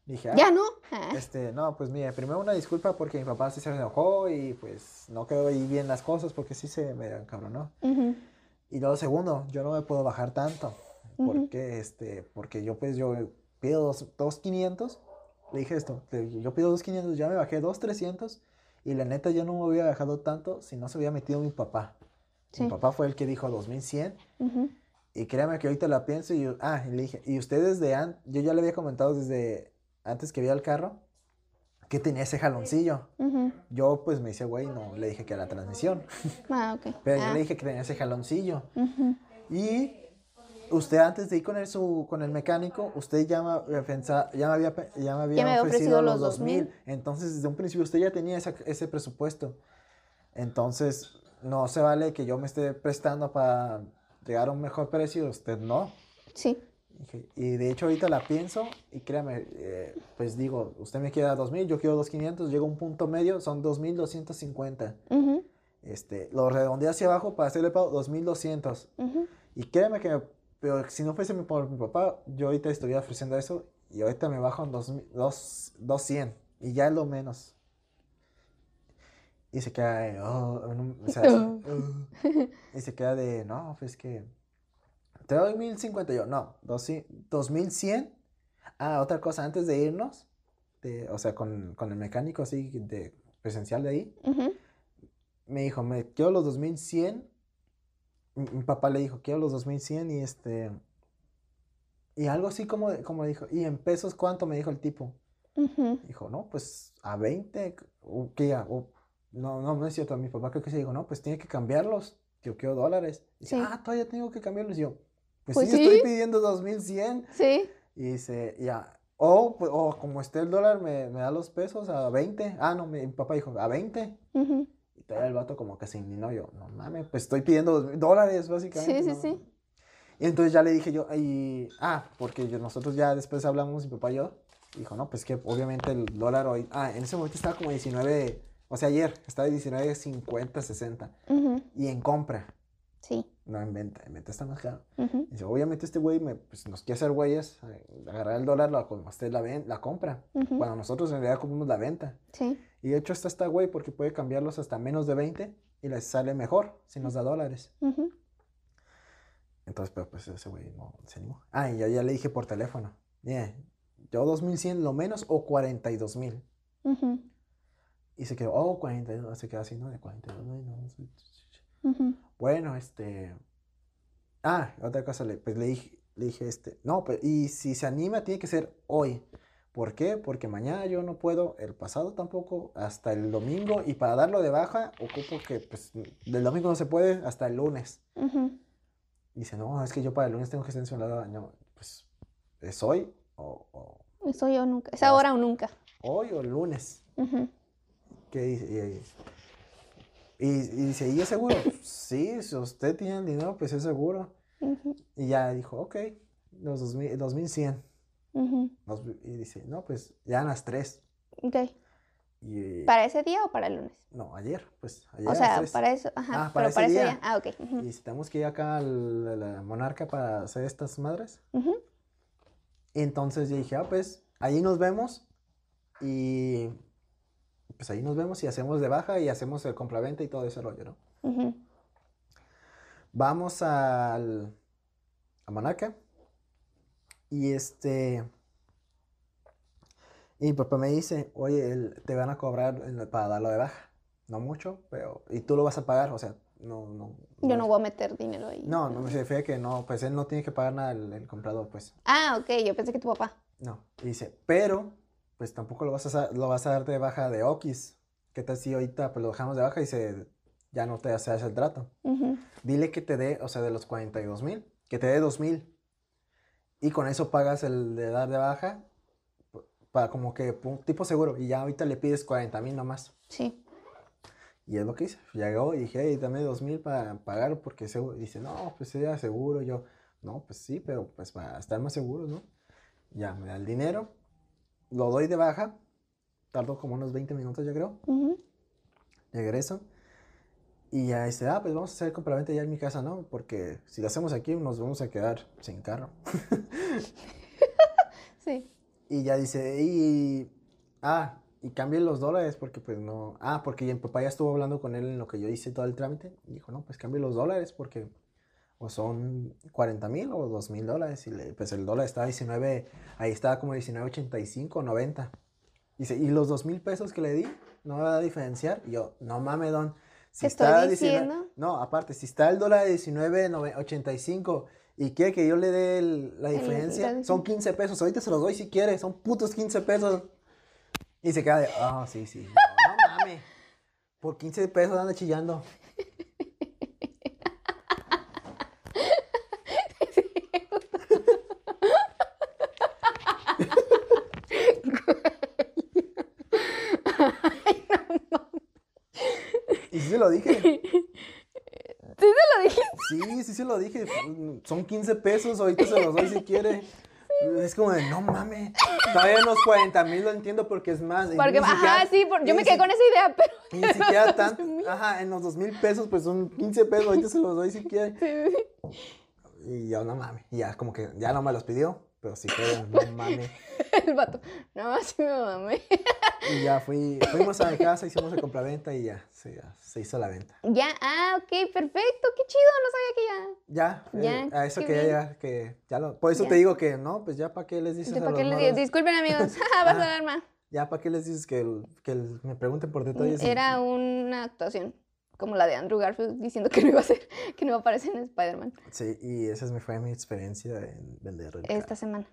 Dije, ah, Ya no. Ah, este, no, pues mire, primero una disculpa porque mi papá sí se enojó y pues no quedó ahí bien las cosas porque sí se me encabronó. ujú. Y luego segundo, yo no me puedo bajar tanto. Porque, este, porque yo pues yo pido dos, dos 500. Le dije esto, le- yo pido dos 500, ya me bajé dos 300. Y la neta yo no me hubiera bajado tanto si no se hubiera metido mi papá. Sí. Mi papá fue el que dijo 2100. Ujú. Y créame que ahorita la pienso y yo, ah, y le dije, y usted desde antes, yo ya le había comentado desde antes que viera el carro que tenía ese jaloncillo. Ujú. Yo pues me hice güey, no le dije que a la transmisión, Ah, ok. pero Ah, yo le dije que tenía ese jaloncillo. ujú. Y usted antes de ir con el, su, con el mecánico, usted ya me, había pensa- ya me había, pe- ya me había había ofrecido ofrecido los los 2000. 2000. Entonces, desde un principio usted ya tenía esa- ese presupuesto. Entonces, no se vale que yo me esté prestando para llegar a un mejor precio, usted no. Sí. Dije, Y de hecho ahorita la pienso y créame, eh, pues digo, usted me quiere dar 2.000, yo quiero 2.500, llego a un punto medio, son 2.250. Ujú, Este, lo redondeé hacia abajo para hacerle pago 2.200. ujú. Y créeme que pero si no fuese mi- por mi papá, yo ahorita estuviera ofreciendo eso y ahorita me bajo en 2000, dos- 200 y ya es lo menos. Y se queda de, "Oh", no, o sea, así, "Oh". y se queda de, no, pues que te doy 1050 yo, no, 200 2100. Ah, otra cosa, antes de irnos, de- o sea, con, con el mecánico así de presencial de ahí, Ujú. me dijo, me quiero los 2100. Mi, mi papá le dijo, quiero los 2100 y este... Y algo así como, de- como dijo, ¿y en pesos cuánto? Me dijo el tipo. Ujú. Dijo, no, pues a 20. O, ¿qué? a- o- no, no, no es cierto. Mi papá creo que se dijo, no, pues tiene que cambiarlos. Yo quiero dólares. Dice, Sí. ah, todavía tengo que cambiarlos. Y yo, pues, Pues sí, estoy sí. pidiendo 2100. Sí. Y dice, ya. O, pues, o como esté el dólar, me, me da los pesos a 20. Ah, no, mi, mi papá dijo, a 20. Ujú. Y todavía el vato como que se indignó. Yo, no mames, pues estoy pidiendo dos mil dólares, Sí, básicamente. sí, no sí. mames". Y entonces ya le dije yo, y, ah, porque yo- nosotros ya después hablamos, mi papá y yo. Dijo, no, pues que obviamente el dólar hoy. Ah, en ese momento estaba como 19, o sea, ayer estaba 19.50, 60. Ujú. Y en compra, Sí. no en venta, en venta está más caro. Ujú. Dice, obviamente este güey me- pues, nos quiere hacer güeyes, eh, agarrar el dólar, la, como usted la, ven, la compra. Ujú. Cuando nosotros en realidad compramos la venta. Sí. Y de hecho está está güey porque puede cambiarlos hasta menos de 20 y les sale mejor si nos da dólares. Ujú. Entonces, pero pues ese güey no se animó. Ah, y ya, ya le dije por teléfono. "Mire, yo 2100 lo menos o 42000. Ujú. Y se quedó, oh, 42, se quedó así, ¿no? De 42, no, no, no, no". Ujú. Bueno, este... pues, Ah, otra cosa, le, pues le dije, le dije, este, no, pero, y si se anima tiene que ser hoy. ¿Por qué? Porque mañana yo no puedo, el pasado tampoco, hasta el domingo. Y para darlo de baja, ocupo que pues, del domingo no se puede, hasta el lunes. Ujú. Dice, no, es que yo para el lunes tengo que estar en su lado. No, pues es hoy o, o- Es hoy o nunca. Es ahora o nunca. hoy o el lunes. Ujú. ¿Qué dice? Y, y- y dice, ¿y es seguro? sí, si usted tiene el dinero, pues es seguro. Ujú. Y ya dijo, ok, los 2000, 2100. Ujú. Los- y dice, no, pues ya eran las 3. Ok. Y, ¿Para ese día o para el lunes? no, ayer, pues ayer. O a sea, las tres. para eso. Ajá. Ah, para pero para ese ese día. día. Ah, ok. Ujú. Y si tenemos que ir acá a la, la monarca para hacer estas madres. Ujú. Y entonces yo dije, ah, pues ahí nos vemos. Y pues ahí nos vemos y hacemos de baja y hacemos el compraventa y todo ese rollo, ¿no? Ujú. Vamos al a Monaca. Y este. Y mi papá me dice, oye, el- te van a cobrar el- para darlo de baja. No mucho, pero. Y tú lo vas a pagar, o sea, no, no. Yo no es- voy a meter dinero ahí. No, no me refiero a que no, pues él no tiene que pagar nada el, el comprador, pues. Ah, ok. Yo pensé que tu papá. No. Y dice, pero, pues tampoco lo vas a, sa- lo vas a dar de baja de Okis. ¿Qué tal si ahorita pues, lo dejamos de baja y se, ya no te se hace el trato? Ujú. Dile que te dé, o sea, de los 42 mil, que te dé 2 mil. Y con eso pagas el de dar de baja p- para como que pu- tipo seguro. Y ya ahorita le pides 40 mil nomás. Sí. Y es lo que hice. Llegó y dije, hey, dame 2 mil para pagar porque seguro. Dice, no, pues era seguro. Yo, no, pues sí, pero pues para estar más seguro, ¿no? Ya me da el dinero, lo doy de baja. Tardó como unos 20 minutos, yo creo. Ujú. Regreso. Y ya dice, ah, pues vamos a hacer el compraventa ya en mi casa, ¿no? Porque si lo hacemos aquí, nos vamos a quedar sin carro. Sí. Y ya dice, y. Ah, y cambien los dólares, porque pues no. Ah, porque mi papá ya estuvo hablando con él en lo que yo hice todo el trámite. Y dijo, no, pues cambien los dólares, porque. O son 40 mil o 2 mil dólares. Y le- pues el dólar estaba 19. Ahí estaba como 19.85, 90. Dice, y los 2 mil pesos que le di, no me va a diferenciar. Y yo, no mames, don. Te Si estoy está 19 diciendo. no, aparte, si está el dólar de 19.85 y quiere que yo le dé el- la El- diferencia, la son 15 pesos. Ahorita se los doy si quiere, son putos 15 pesos. Y se queda de, ah, sí, sí. No mames. Por 15 pesos anda chillando. Y sí se lo dije. ¿Sí se lo dije? Sí, sí se lo dije. Son 15 pesos, ahorita se los doy si quiere. Es como de, no mames. Todavía los 40 mil lo entiendo porque es más. y Porque, ni ajá, siquiera- sí, por- yo ni me quedé si- con esa idea, pero. Ni siquiera tanto. Ajá, en los 2 mil pesos, pues son 15 pesos, ahorita se los doy si quiere. Y yo, no mames. Y ya, como que, ya no me los pidió, pero sí quedan, no mames. El vato. No, sí me mamé. Y ya fui, fuimos a mi casa, hicimos la compraventa y ya se, ya, se hizo la venta. Ya, ah, ok, perfecto, qué chido, no sabía que ya. Ya, Ya, eh, a eso qué quería bien. llegar, que ya lo, por eso Ya. te digo que no, pues ya para qué les dices De a pa' qué los les digo, morros? Disculpen, amigos. Ah, vas a Ah, ver más. Ya para qué les dices que, el- que el- me pregunten por detalles. y- Mm, Era una actuación, como la de Andrew Garfield diciendo que no iba a ser, que no iba a aparecer en Spider-Man Sí, y esa es mi, fue mi experiencia en vender el carro. esta semana.